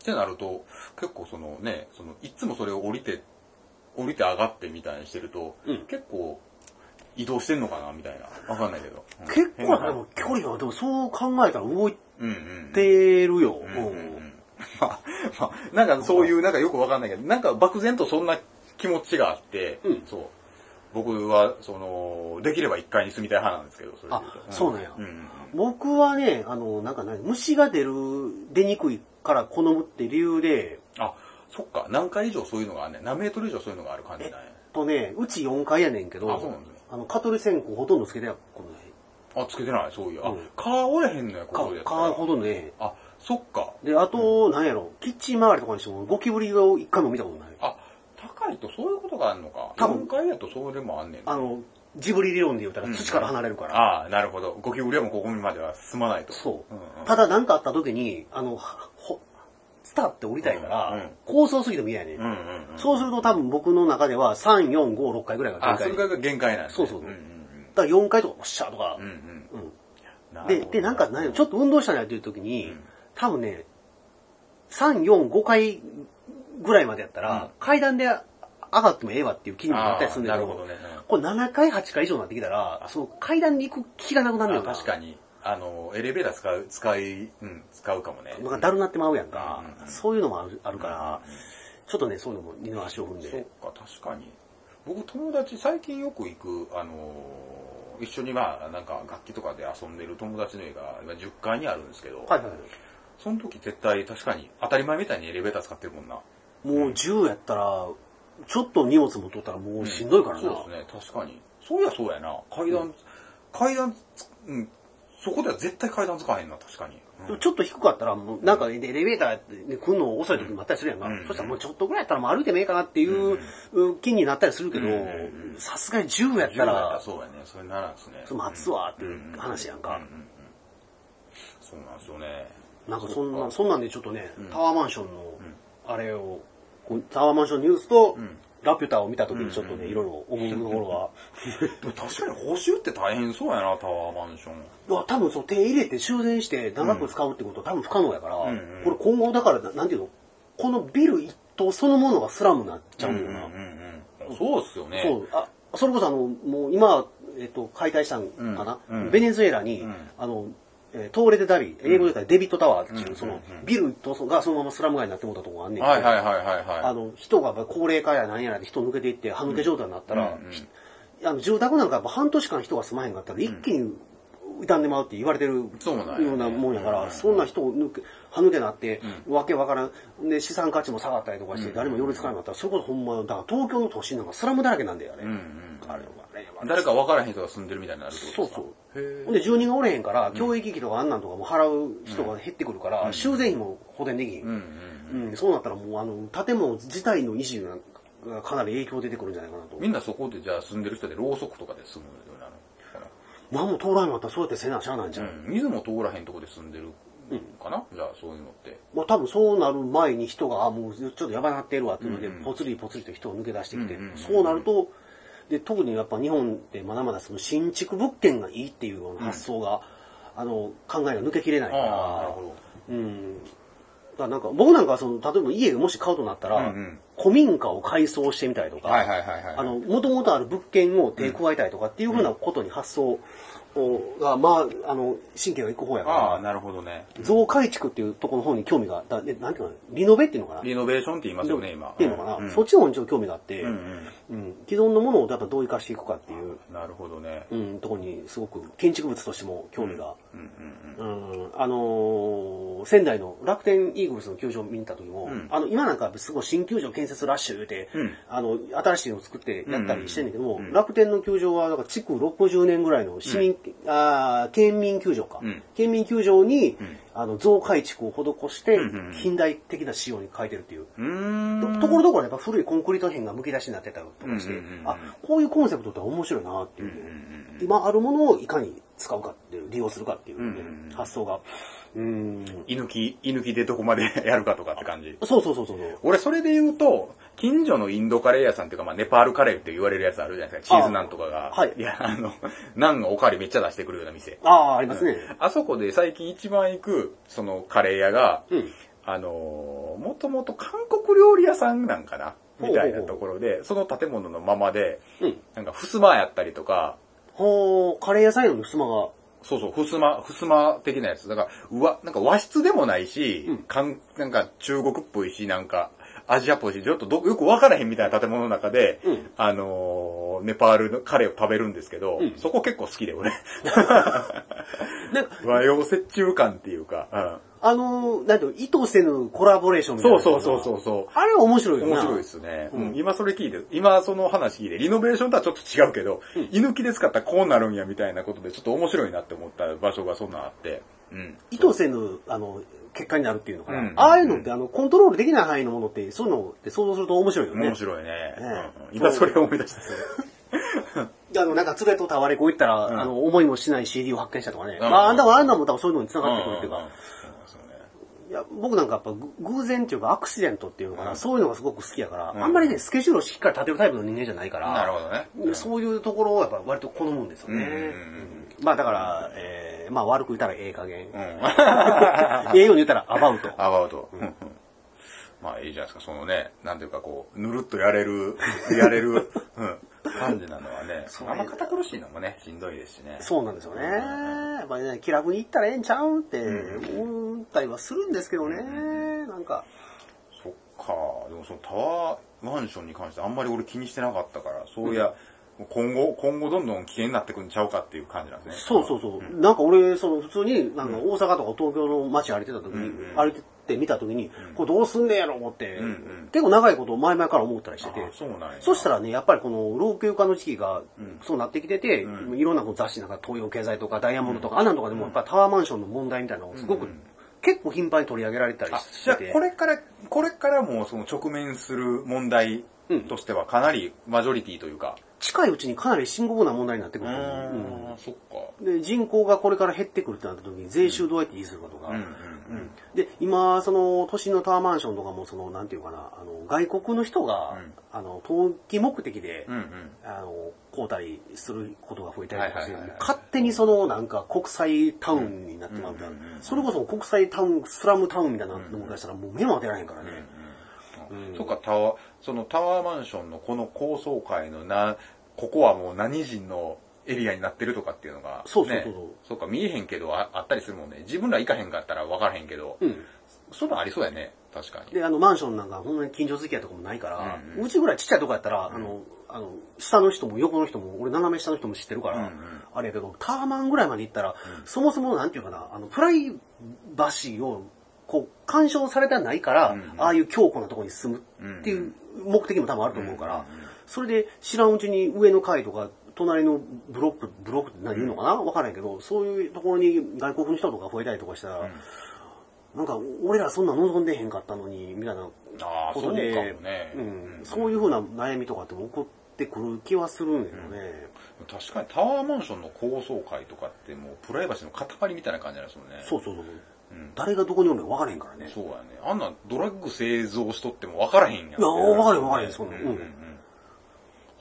Speaker 2: ってなると、結構そのね、そのいつもそれを降りて、降りて上がってみたいにしてると、
Speaker 1: うん
Speaker 2: 結構移動してんのかなみたいな。わかんないけど。うん
Speaker 1: 結構やなで
Speaker 2: 変
Speaker 1: も
Speaker 2: 化
Speaker 1: 距離は、でもそう考えたら動い
Speaker 2: うんうん。
Speaker 1: てるよ。う
Speaker 2: うんうんうん
Speaker 1: ん。
Speaker 2: まあ、まあ、なんかそういう、なんかよくわかんないけど、なんか漠然とそんな気持ちがあって、
Speaker 1: うん
Speaker 2: そう。僕は、その、できれば1階に住みたい派なんですけど、それで言うと
Speaker 1: あそうなんや
Speaker 2: うんうん
Speaker 1: 僕はね、あの、なんか何、虫が出る、出にくいから好むって理由で、
Speaker 2: あ、そっか、何階以上そういうのがあんねん何メートル以上そういうのがある感じなんや。
Speaker 1: とね、うち4階やねんけど、
Speaker 2: あそうなんだ
Speaker 1: あの、カトリ線香ほとんどつけてないことない。
Speaker 2: あ、つけてない、そういう。あ、
Speaker 1: うん
Speaker 2: 蚊折れへんのや、こ
Speaker 1: か
Speaker 2: こでや、ったら
Speaker 1: かほどね。
Speaker 2: あ、そっか。
Speaker 1: で、あと、なんやろ、キッチン周りとかにしても、ゴキブリを一回も見たことない。
Speaker 2: あ、高いとそういうことがあるのか。
Speaker 1: 多分
Speaker 2: 4階やとそれもあんねんな。
Speaker 1: あの、ジブリ理論で言うたら
Speaker 2: うん
Speaker 1: 土から離れるから。
Speaker 2: ああ、なるほど。ゴキブリはもうここまでは進まないと。
Speaker 1: そう、
Speaker 2: んん
Speaker 1: ただ何かあった時に、あの、ほ、伝って降りたいから、
Speaker 2: うんうん
Speaker 1: 高層すぎても嫌やね、
Speaker 2: うんうんうん。
Speaker 1: そうすると多分僕の中では3、4、5、6回ぐらいが
Speaker 2: あ、
Speaker 1: 限界
Speaker 2: それ
Speaker 1: で。だか
Speaker 2: が限界なんです
Speaker 1: そうそう
Speaker 2: う
Speaker 1: そ
Speaker 2: ん
Speaker 1: う
Speaker 2: うん
Speaker 1: ら4回とか、おっしゃーとか
Speaker 2: うん。う。
Speaker 1: う
Speaker 2: ん
Speaker 1: ん
Speaker 2: うん。
Speaker 1: で、で、なんか何やろ、ちょっと運動したいなっていう時に、
Speaker 2: うん
Speaker 1: 多分ね、3、4、5回ぐらいまでやったら、
Speaker 2: うん
Speaker 1: 階段で上がってもええわっていう気にもな
Speaker 2: あ
Speaker 1: ったりす
Speaker 2: あ、
Speaker 1: るん
Speaker 2: な
Speaker 1: だけ
Speaker 2: る
Speaker 1: ど、
Speaker 2: ほどね。
Speaker 1: これ7回、8回以上になってきたら、その階段で行く気がなくな
Speaker 2: うん
Speaker 1: るよ
Speaker 2: あ
Speaker 1: な。
Speaker 2: 確かに。あの、エレベーター使う、使い、うん、使うかもね。
Speaker 1: なんかだるなってまうやんか、
Speaker 2: うんうんうん
Speaker 1: そういうのもあるあるから、ちょっとね、そういうのも二の足を踏ん
Speaker 2: そっ
Speaker 1: で。
Speaker 2: か、確かに。僕、友達、最近よく行く、あのー一緒にまあ、なんか楽器とかで遊んでる友達の家が、今10階にあるんですけ
Speaker 1: はい
Speaker 2: ど、
Speaker 1: はいはい。
Speaker 2: その時絶対確かに当たり前みたいにエレベーター使ってるもんな。
Speaker 1: もう10やったら、ちょっと荷物持っとったらもうしんどいからな。
Speaker 2: そうですね、確かに。そうやそうやな。階段、階段つ、うん、そこでは絶対階段使えへんな、確かに。うん
Speaker 1: でもちょっと低かったら、もうなんかエレベーターで来るの遅い時もあったりするやんか。
Speaker 2: うん
Speaker 1: そしたらもうちょっとぐらいやったらもう歩いてもええかなっていうう気になったりするけど
Speaker 2: うん、
Speaker 1: さすがに10やった
Speaker 2: 自由やった
Speaker 1: ら
Speaker 2: ら、そうやね、それならんですね。
Speaker 1: そう待つわっていう話やんか
Speaker 2: ううううんそうなんですよね。
Speaker 1: なんかそん
Speaker 2: そっ
Speaker 1: な、
Speaker 2: か
Speaker 1: そんなんでちょっとね
Speaker 2: ん、
Speaker 1: タワーマンションの、あれを、こうタワーマンションのニュースと
Speaker 2: ん、
Speaker 1: ラピュタを見た時にちょっと
Speaker 2: うん
Speaker 1: ね、いろいろ思うところが、
Speaker 2: でも確かに補修って大変そうやな、タワーマンション。
Speaker 1: いや多分その手入れて修繕して長く使うってことは多分不可能やから、
Speaker 2: んうん
Speaker 1: これ今後だからななんていうのこのビル一棟そのものがスラムになっちゃうんだよな、
Speaker 2: うんうんそうっすよね。
Speaker 1: そうあそれこそあのもう今、えっと解体したんかな、
Speaker 2: うんうん
Speaker 1: ベネズエラに、
Speaker 2: うん
Speaker 1: あのえートーレデダビ英語で言ったらデビットタワーっていう、
Speaker 2: うん
Speaker 1: その
Speaker 2: うんうん
Speaker 1: ビル一棟がそのままスラム街になってもうたとこがあんねんけど、
Speaker 2: はいはいはいはい
Speaker 1: あ
Speaker 2: はい。
Speaker 1: の人が高齢化やなんやらで人抜けていって歯抜け状態になったら、
Speaker 2: うんうん
Speaker 1: ひあの住宅なんかやっぱ半年間人が住まへんかったら一気に傷んでまうって言われてるよ
Speaker 2: そうなんやね
Speaker 1: うなもんやか
Speaker 2: うんうん
Speaker 1: ら
Speaker 2: うん
Speaker 1: そんな人を抜け歯抜けなって、わけわからんで資産価値も下がったりとかして誰も寄りつかなかったらそれこそほんまだから東京の都心なんかスラムだらけなんだよね、
Speaker 2: うんうん
Speaker 1: あれはね
Speaker 2: 誰か分からへん人が住んでるみたいになるってこと
Speaker 1: そう
Speaker 2: ですか
Speaker 1: そう
Speaker 2: へ
Speaker 1: ほんで住人がおれへんから教育費とかあんなんとかも払う人が減ってくるから、修繕費も補填できへん
Speaker 2: え。うんうん。
Speaker 1: うん、そうなったらもうあの建物自体の維持がかなり影響出てくるんじゃないかなと。
Speaker 2: みんなそこでじゃあ住んでる人でろうそくとかで住むようになるのか
Speaker 1: 何も通らんかったらそうやってせなしゃあないんじゃ
Speaker 2: な。
Speaker 1: ん。
Speaker 2: うん。水も通らへんとこで住んでるかな、じゃあそういうのって。
Speaker 1: まあ多分そうなる前に人が、あ、もうちょっとやばいなってるわっていうので、
Speaker 2: うんうん
Speaker 1: ぽつりぽつりと人を抜け出してきて、
Speaker 2: うんうんうん
Speaker 1: そうなると、で、特にやっぱ日本ってまだまだその新築物件がいいっていうような発想が、あの、考えが抜けきれないか
Speaker 2: ああ、なる
Speaker 1: ら
Speaker 2: ほ、ど。
Speaker 1: うん。だからなんか僕なんかはその、例えば家がもし買うとなったら、
Speaker 2: うんうん
Speaker 1: 古民家を改装してみたりとか、
Speaker 2: はいはいはいはい。
Speaker 1: あの、もともとある物件を手加えたいとかっていうふうなことに発想をが、まあ、あの、神経がいく方や
Speaker 2: ああ、
Speaker 1: か
Speaker 2: なるほどね。
Speaker 1: ら、増改築っていうところの方に興味が、だでなんていうのかな、リノベっていうのかな
Speaker 2: リノベーションって言いますよね、今。
Speaker 1: っていうのかな、
Speaker 2: ん
Speaker 1: そっちの方にちょっと興味があって、
Speaker 2: う
Speaker 1: うんん既存のものをやっぱどう生かしていくかっていう、
Speaker 2: うん。なるほどね。
Speaker 1: うん、ところにすごく建築物としても興味が、
Speaker 2: うんうん
Speaker 1: うんあのー仙台の楽天イーグルスの球場を見に行った時も、
Speaker 2: ん
Speaker 1: あの今なんかすごい新球場建設ラッシュ言うて、
Speaker 2: うん
Speaker 1: あの新しいのを作ってやったりしてんだけども、
Speaker 2: うんうんうん
Speaker 1: 楽天の球場はなんか築60年ぐらいの市民、あー県民球場か、
Speaker 2: うん
Speaker 1: 県民球場に、
Speaker 2: ん
Speaker 1: あの増改築を施して、
Speaker 2: うんうんうん
Speaker 1: 近代的な仕様に変えてるっていう。
Speaker 2: うん。うーん。
Speaker 1: ところどころやっぱ古いコンクリート片がむき出しになってたりとかして、
Speaker 2: うんうんうんうん
Speaker 1: あこういうコンセプトって面白いなっていうね、
Speaker 2: うんうん
Speaker 1: 今あるものをいかに使うかっていう利用するかっていうね、
Speaker 2: うんうんうん
Speaker 1: 発想がうん
Speaker 2: 居抜き、居抜きでどこまで やるかとかって感じ。
Speaker 1: そうそうそうそうそう
Speaker 2: 俺、それで言うと、近所のインドカレー屋さんっていうか、まあ、ネパールカレーって言われるやつあるじゃないですか。チーズナンとかが。
Speaker 1: あはい
Speaker 2: いや、あの、 ナンがおかわりめっちゃ出してくるような店。
Speaker 1: ああありますね
Speaker 2: あそこで最近一番行く、そのカレー屋が、
Speaker 1: うん
Speaker 2: あのー、もともと韓国料理屋さんなんかな
Speaker 1: ほうほう
Speaker 2: み
Speaker 1: ほ
Speaker 2: た
Speaker 1: う
Speaker 2: いなところで、その建物のままで、
Speaker 1: うん
Speaker 2: なんか、襖やったりとか、
Speaker 1: ほうカレー屋さんよりも襖が
Speaker 2: そうそう、ふすま、ふすま的なやつ。だから、うわ、なんか和室でもないし、
Speaker 1: うん
Speaker 2: かん、なんか中国っぽいし、なんか、アジアっぽいし、ちょっとどよくわからへんみたいな建物の中で、
Speaker 1: うん
Speaker 2: あのーネパールのカレーを食べるんですけど、
Speaker 1: うん
Speaker 2: そこ結構好 きで、俺。
Speaker 1: なんか
Speaker 2: 和洋折衷感っていうか、
Speaker 1: あのー、なんていうの意図せぬコラボレーション
Speaker 2: う
Speaker 1: み
Speaker 2: ん
Speaker 1: たいな
Speaker 2: そ
Speaker 1: の
Speaker 2: う
Speaker 1: が。
Speaker 2: そうそうそうそう。
Speaker 1: あれは面白いよな。
Speaker 2: 面白いですね、
Speaker 1: うん
Speaker 2: うん今それ聞いて、今その話聞いて、リノベーションとはちょっと違うけど、居抜きで使ったらこうなるんやみたいなことで、ちょっと面白いなって思った場所がそんなんあって。うん。
Speaker 1: 意図せぬ、あの、結果になるっていうのかな。
Speaker 2: うん
Speaker 1: ああいうのって、あの、コントロールできない範囲のものって、そういうのって想像すると面白いよね。
Speaker 2: 面白いね。うん
Speaker 1: ね
Speaker 2: うん今それを思い出した。
Speaker 1: あの、なんか、つれとタワレコ行ったら、
Speaker 2: ん
Speaker 1: あの、思いもしない CD を発見したとかね。
Speaker 2: ん
Speaker 1: まあ、あんなもんあんなもん多分そういうのに繋がってくるっていう
Speaker 2: う
Speaker 1: か
Speaker 2: んうん。そうですよね
Speaker 1: いや、僕なんかやっぱ、ぐ偶然っていうか、アクシデントっていうのか
Speaker 2: う
Speaker 1: な。
Speaker 2: ん
Speaker 1: そういうのがすごく好きやから、
Speaker 2: うん
Speaker 1: あんまりね、スケジュールをしっかり立てるタイプの人間じゃないから。
Speaker 2: なるほどね。
Speaker 1: でそういうところをやっぱ割と好むんですよね。
Speaker 2: うんうんうん
Speaker 1: うんまあだから、えーまあ悪く言ったらええ加減。
Speaker 2: うん。
Speaker 1: ええように言ったらアバウト。
Speaker 2: アバウト。うんまあいいじゃないですか、そのね、なんていうかこう、ぬるっとやれる、やれる、うん、感じなのはね、
Speaker 1: そう
Speaker 2: あんま堅苦しいのもね、しんどいですしね。
Speaker 1: そうなんですよね。
Speaker 2: うん
Speaker 1: やっぱりね、気楽に行ったらええんちゃうんって思ったりはするんですけどね。なんか、
Speaker 2: そっか、でもそのタワーマンションに関してあんまり俺気にしてなかったから、そういや、もう今後、今後どんどん危険になってくんちゃうかっていう感じなんですね。
Speaker 1: そうそうそう。なんか俺、その普通に、なんか大阪とか東京の街歩いてた時に、
Speaker 2: うんうん
Speaker 1: 歩いてて見た時に、これどうすんねやろって、
Speaker 2: うんうん
Speaker 1: 結構長いこと前々から思ったりしてて
Speaker 2: あ。そうなんや。
Speaker 1: そしたらね、やっぱりこの老朽化の時期が
Speaker 2: ん
Speaker 1: そうなってきてて、
Speaker 2: う
Speaker 1: いろんなこう雑誌なんか東洋経済とかダイヤモンドとか、アナンとかでもやっぱタワーマンションの問題みたいなのをすごく、
Speaker 2: うん
Speaker 1: 結構頻繁に取り上げられたり
Speaker 2: あ、
Speaker 1: し
Speaker 2: じゃ
Speaker 1: て
Speaker 2: あ
Speaker 1: て。
Speaker 2: これから、これからもその直面する問題としてはかなりマジョリティというか。
Speaker 1: 近いうちにかなり深刻な問題になってくると思ううん
Speaker 2: そっか。
Speaker 1: で人口がこれから減ってくるってなった時に税収どうやって維持するかとか、
Speaker 2: うんうん
Speaker 1: うんで今その都心のタワーマンションとかもそのなんていうかなあの外国の人が、
Speaker 2: うん
Speaker 1: あの投機目的で、
Speaker 2: うんうん。
Speaker 1: あの買うたりすることが増えたりとかして、
Speaker 2: はいはいはいはい
Speaker 1: 勝手にそのなんか国際タウンになってまうみたいな、
Speaker 2: うんうんうん
Speaker 1: それこそ国際タウンスラムタウンみたいなのも出したらもう目も当てられへんからね、うん
Speaker 2: そっか、タワー、そのタワーマンションのこの高層階のな、ここはもう何人のエリアになってるとかっていうのが、
Speaker 1: そうそうそう
Speaker 2: ねそっか、見えへんけどあ、あったりするもんね。自分ら行かへんかったら分からへんけど、
Speaker 1: うん
Speaker 2: そういうのありそうやね、確かに。
Speaker 1: であのマンションなんかほんまに近所付き合いとかもないから、
Speaker 2: う
Speaker 1: うん
Speaker 2: うん
Speaker 1: ちぐらいちっちゃいとこやったら、あのあの下の人も横の人も俺斜め下の人も知ってるから、
Speaker 2: うんうん
Speaker 1: あれやけどタワマンぐらいまで行ったら、そもそもなんていうかなあのプライバシーをこう干渉されてはないから、
Speaker 2: うんうん
Speaker 1: ああいう強固なところに住むっていう目的も多分あると思うから、それで知らんうちに上の階とか隣のブロックブロックって何言うのかな、わからんけどそういうところに外国の人とか増えたりとかしたら、なんか俺らそんな望んでへんかったのにみたいな
Speaker 2: ああ、
Speaker 1: こ
Speaker 2: そうか
Speaker 1: と
Speaker 2: も
Speaker 1: で
Speaker 2: ね。
Speaker 1: うん
Speaker 2: うん
Speaker 1: そういうふうな悩みとかっても起こってくる気はするんやけどね、
Speaker 2: 確かにタワーマンションの高層階とかってもうプライバシーの塊みたいな感じなんですもんね。
Speaker 1: そうそうそう、
Speaker 2: うん
Speaker 1: 誰がどこにおるのか分からへんからね
Speaker 2: そうやね。あんなドラッグ製造しとっても分からへんやん。
Speaker 1: いや分からへん分からへんそんな
Speaker 2: う
Speaker 1: の
Speaker 2: んうんう
Speaker 1: う
Speaker 2: ん
Speaker 1: ん。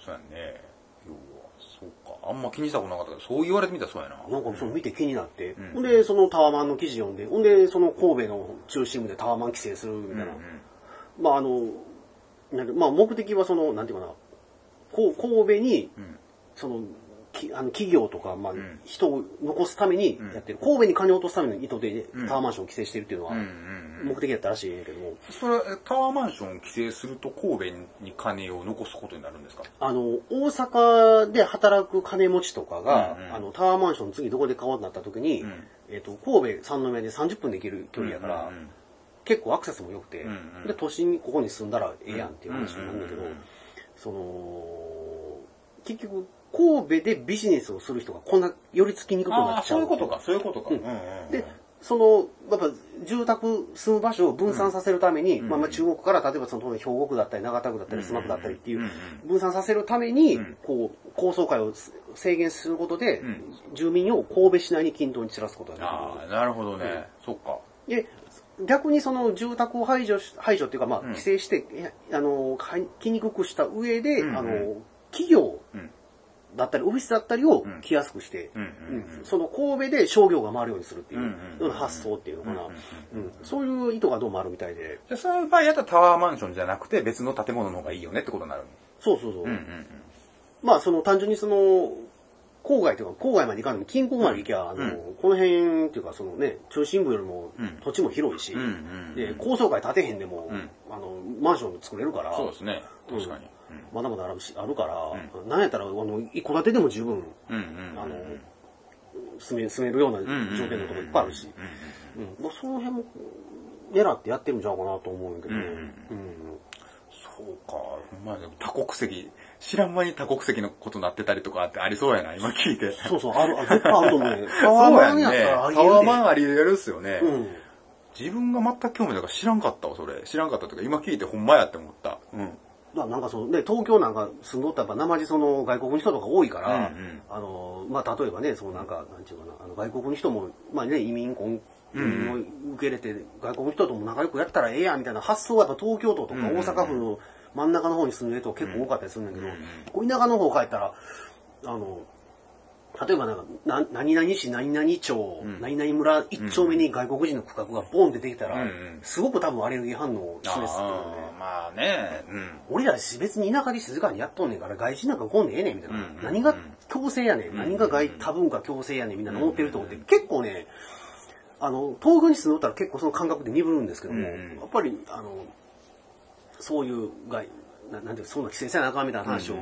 Speaker 2: そうやね。要は、そうか。あんま気にしたことなかったけど、そう言われてみたらそうやな。
Speaker 1: なんかその見て気になって、
Speaker 2: ん
Speaker 1: ほんでそのタワマンの記事読んでほんでその神戸の中心部でタワマン規制するみたいな、
Speaker 2: うん
Speaker 1: まああのなんてまあ目的はそのなんていうかなこう神戸に
Speaker 2: ん
Speaker 1: そのきあの企業とか、まあ
Speaker 2: ん
Speaker 1: 人を残すためにやってる、神戸に金を落とすための意図でタワーマンションを規制してるっていうのは
Speaker 2: うんうんうん。
Speaker 1: 目的だったらしいんやけども、
Speaker 2: それはえタワーマンションを規制すると神戸に金を残すことになるんですか
Speaker 1: あの、大阪で働く金持ちとかが、
Speaker 2: うんうん
Speaker 1: あの、タワーマンション次どこで買おうになった時に、
Speaker 2: ん
Speaker 1: えっ、と、神戸三宮で30分で行ける距離やから、
Speaker 2: うんうんうん
Speaker 1: 結構アクセスも良くて、
Speaker 2: うんうん
Speaker 1: で、都心にここに住んだらええやんっていう話になるんだけど、
Speaker 2: うんうんうんうん
Speaker 1: その、結局、神戸でビジネスをする人がこんな寄りつきにくく
Speaker 2: あ
Speaker 1: な
Speaker 2: あ、
Speaker 1: っちゃ
Speaker 2: そう
Speaker 1: う。
Speaker 2: いうことか、そういうことか。うんうんうん
Speaker 1: で、その、やっぱ住宅、住む場所を分散させるために、まあまあ中国から、例えばその、兵庫区だったり、長田区だったり、須磨区だったりっていう
Speaker 2: うん、
Speaker 1: 分散させるために
Speaker 2: うん、
Speaker 1: こう、高層階を制限することで
Speaker 2: ん、
Speaker 1: 住民を神戸市内に均等に散らすことがで
Speaker 2: ああ、なるほどね。そっか。
Speaker 1: きる。で、逆にその住宅を排除し、排除っていうか、まあ、規制して、えあの、入りにくくした上で、
Speaker 2: うん
Speaker 1: あの、企業
Speaker 2: うん
Speaker 1: だったり、オフィスだったりを来やすくして、
Speaker 2: うんうんうん
Speaker 1: うんその神戸で商業が回るようにするっていう
Speaker 2: うん
Speaker 1: よ
Speaker 2: うんうん
Speaker 1: うな発想っていうのかな、
Speaker 2: うん
Speaker 1: うんそういう意図がどうもあるみたいで
Speaker 2: じゃあ、その場合やったらタワーマンションじゃなくて別の建物の方がいいよねってことになる
Speaker 1: そうそうそう、
Speaker 2: うんうんうん。
Speaker 1: まあその単純にその郊外というか、郊外まで行かんでも、近郊まで行きゃ、あの、この辺っていうか、そのね、中心部よりも
Speaker 2: ん
Speaker 1: 土地も広いし、
Speaker 2: うんうん
Speaker 1: で、高層階建てへんでも、
Speaker 2: ん
Speaker 1: あの、マンション作れるから、
Speaker 2: そうですね。確かに。
Speaker 1: まだまだあるしあるから、なんやったら、あの、一戸建てでも十分、
Speaker 2: うんうん。
Speaker 1: あの、住め、住めるような条件のとこいっぱいあるし、うん。まあ、その辺も、狙ってやってるんちゃうかなと思うんやけどね。
Speaker 2: うん
Speaker 1: うん
Speaker 2: そうか。まあでも多国籍、知らん間に多国籍のことなってたりとかってありそうやな、今聞いて。
Speaker 1: そうそう、ある、あ絶対あると思う ね。タワー
Speaker 2: そう
Speaker 1: マ
Speaker 2: や
Speaker 1: ンやった
Speaker 2: ね
Speaker 1: らあ。り
Speaker 2: タ
Speaker 1: える
Speaker 2: ワー
Speaker 1: で
Speaker 2: マンあり得るっすよね。
Speaker 1: うん。
Speaker 2: 自分が全く興味だから知らんかったわ、それ。知らんかったというか、今聞いてほんまやって思った。うん。
Speaker 1: まあなんかそのね、東京なんか住んどったらやっぱ、なまじその外国の人とか多いから、
Speaker 2: うんうん
Speaker 1: あの、まあ例えばね、そのなんか、なんていうかな、あの外国の人も、まあね、移民婚を受け入れて、外国の人とも仲良くやったらええやんみたいな発想はやっぱ東京都とか大阪府の真ん中の方に住んでる人結構多かったりするんだけど、こう田舎の方帰ったら、あの、例えばなんか、な何々市、何々町、何々村、一丁目に外国人の区画がボンってできたら、
Speaker 2: うんうん
Speaker 1: すごく多分アレルギー反応を示すと思うね
Speaker 2: あ。あ、まあね。うん。
Speaker 1: 俺らし別に田舎で静かにやっとんねんから外人なんか来んでええねんみたいな、何が強制やねん、何が外多文化強制やねんみんな思ってるとこって結構ねあの東京に住んどったら結構その感覚で鈍るんですけども、
Speaker 2: うんうん
Speaker 1: やっぱりあのそういう外ななんていうかそんな規制せなあかんみたいな話を、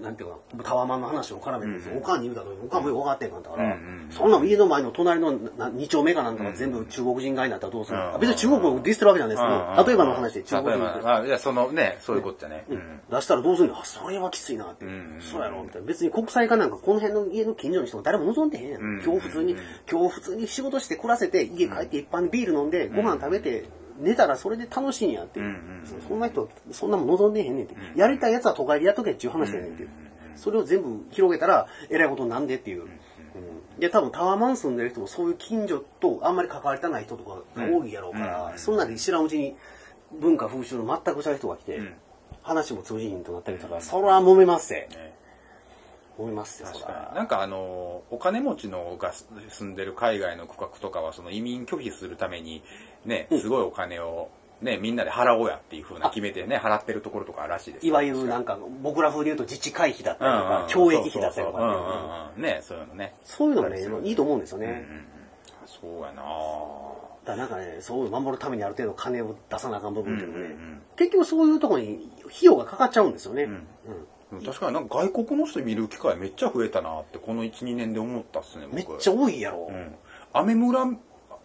Speaker 1: なんていうかタワマンの話を絡めてですよ、おかんに言うたのにおかんもよく分かってんかったから、
Speaker 2: うんうん
Speaker 1: そんなの家の前の隣のな2丁目かなんかが全部中国人街になったらどうする、
Speaker 2: うんうん
Speaker 1: あ別に中国をディスってるわけじゃないですけど、例えばの話で中
Speaker 2: 中
Speaker 1: 国
Speaker 2: 国
Speaker 1: 人
Speaker 2: 例えば、まあ、いや、そのね、そういうことじゃね。うん。
Speaker 1: 出したらどうするんだあそれはきついなって、
Speaker 2: んうん
Speaker 1: そうやろみたいな別に国際化なんかこの辺の家の近所の人も誰も望んでへんやん,、
Speaker 2: んうんうん
Speaker 1: 今日普通に今日普通に仕事して暮らせて家帰って一般にビール飲んでご飯食べて寝たらそれで楽しいんやって、
Speaker 2: んうんうん
Speaker 1: そそんな人はそんなもん望んでへんねんって、やりたいやつは都会でやっとけっていう話やねんって、それを全部広げたらえらいことになんでっていう、うんで多分タワーマン住んでる人もそういう近所とあんまり関わりたない人とかが多いやろうから、そんなんで知らんうちに文化風習の全く違う人が来て、話も通じひんとなったりとか、そら揉めますせ。
Speaker 2: ね
Speaker 1: 揉めますよ、そ
Speaker 2: 確かに
Speaker 1: ら。
Speaker 2: なんかあのお金持ちのが住んでる海外の区画とかはその移民拒否するためにねすごいお金を、ね、みんなで払おうやっていうふうな決めてね払ってるところとかあるらしいです
Speaker 1: いわゆるなんか、僕ら風で言うと自治会費だったりとか、
Speaker 2: うんうん
Speaker 1: 教育費だったりと
Speaker 2: そうそう
Speaker 1: かね、
Speaker 2: そううんうんうんねそういうのね
Speaker 1: そういうのがね、いいと思うんですよね。
Speaker 2: そうやな
Speaker 1: だからなんかね、そういうの守るためにある程度金を出さなあかん部分っていうのもね、
Speaker 2: うんうんうん
Speaker 1: 結局そういうところに費用がかかっちゃうんですよね。うん
Speaker 2: 確かになんか外国の人見る機会めっちゃ増えたなってこの12年で思ったっすね僕
Speaker 1: めっちゃ多いやろ。
Speaker 2: うん、アメ村行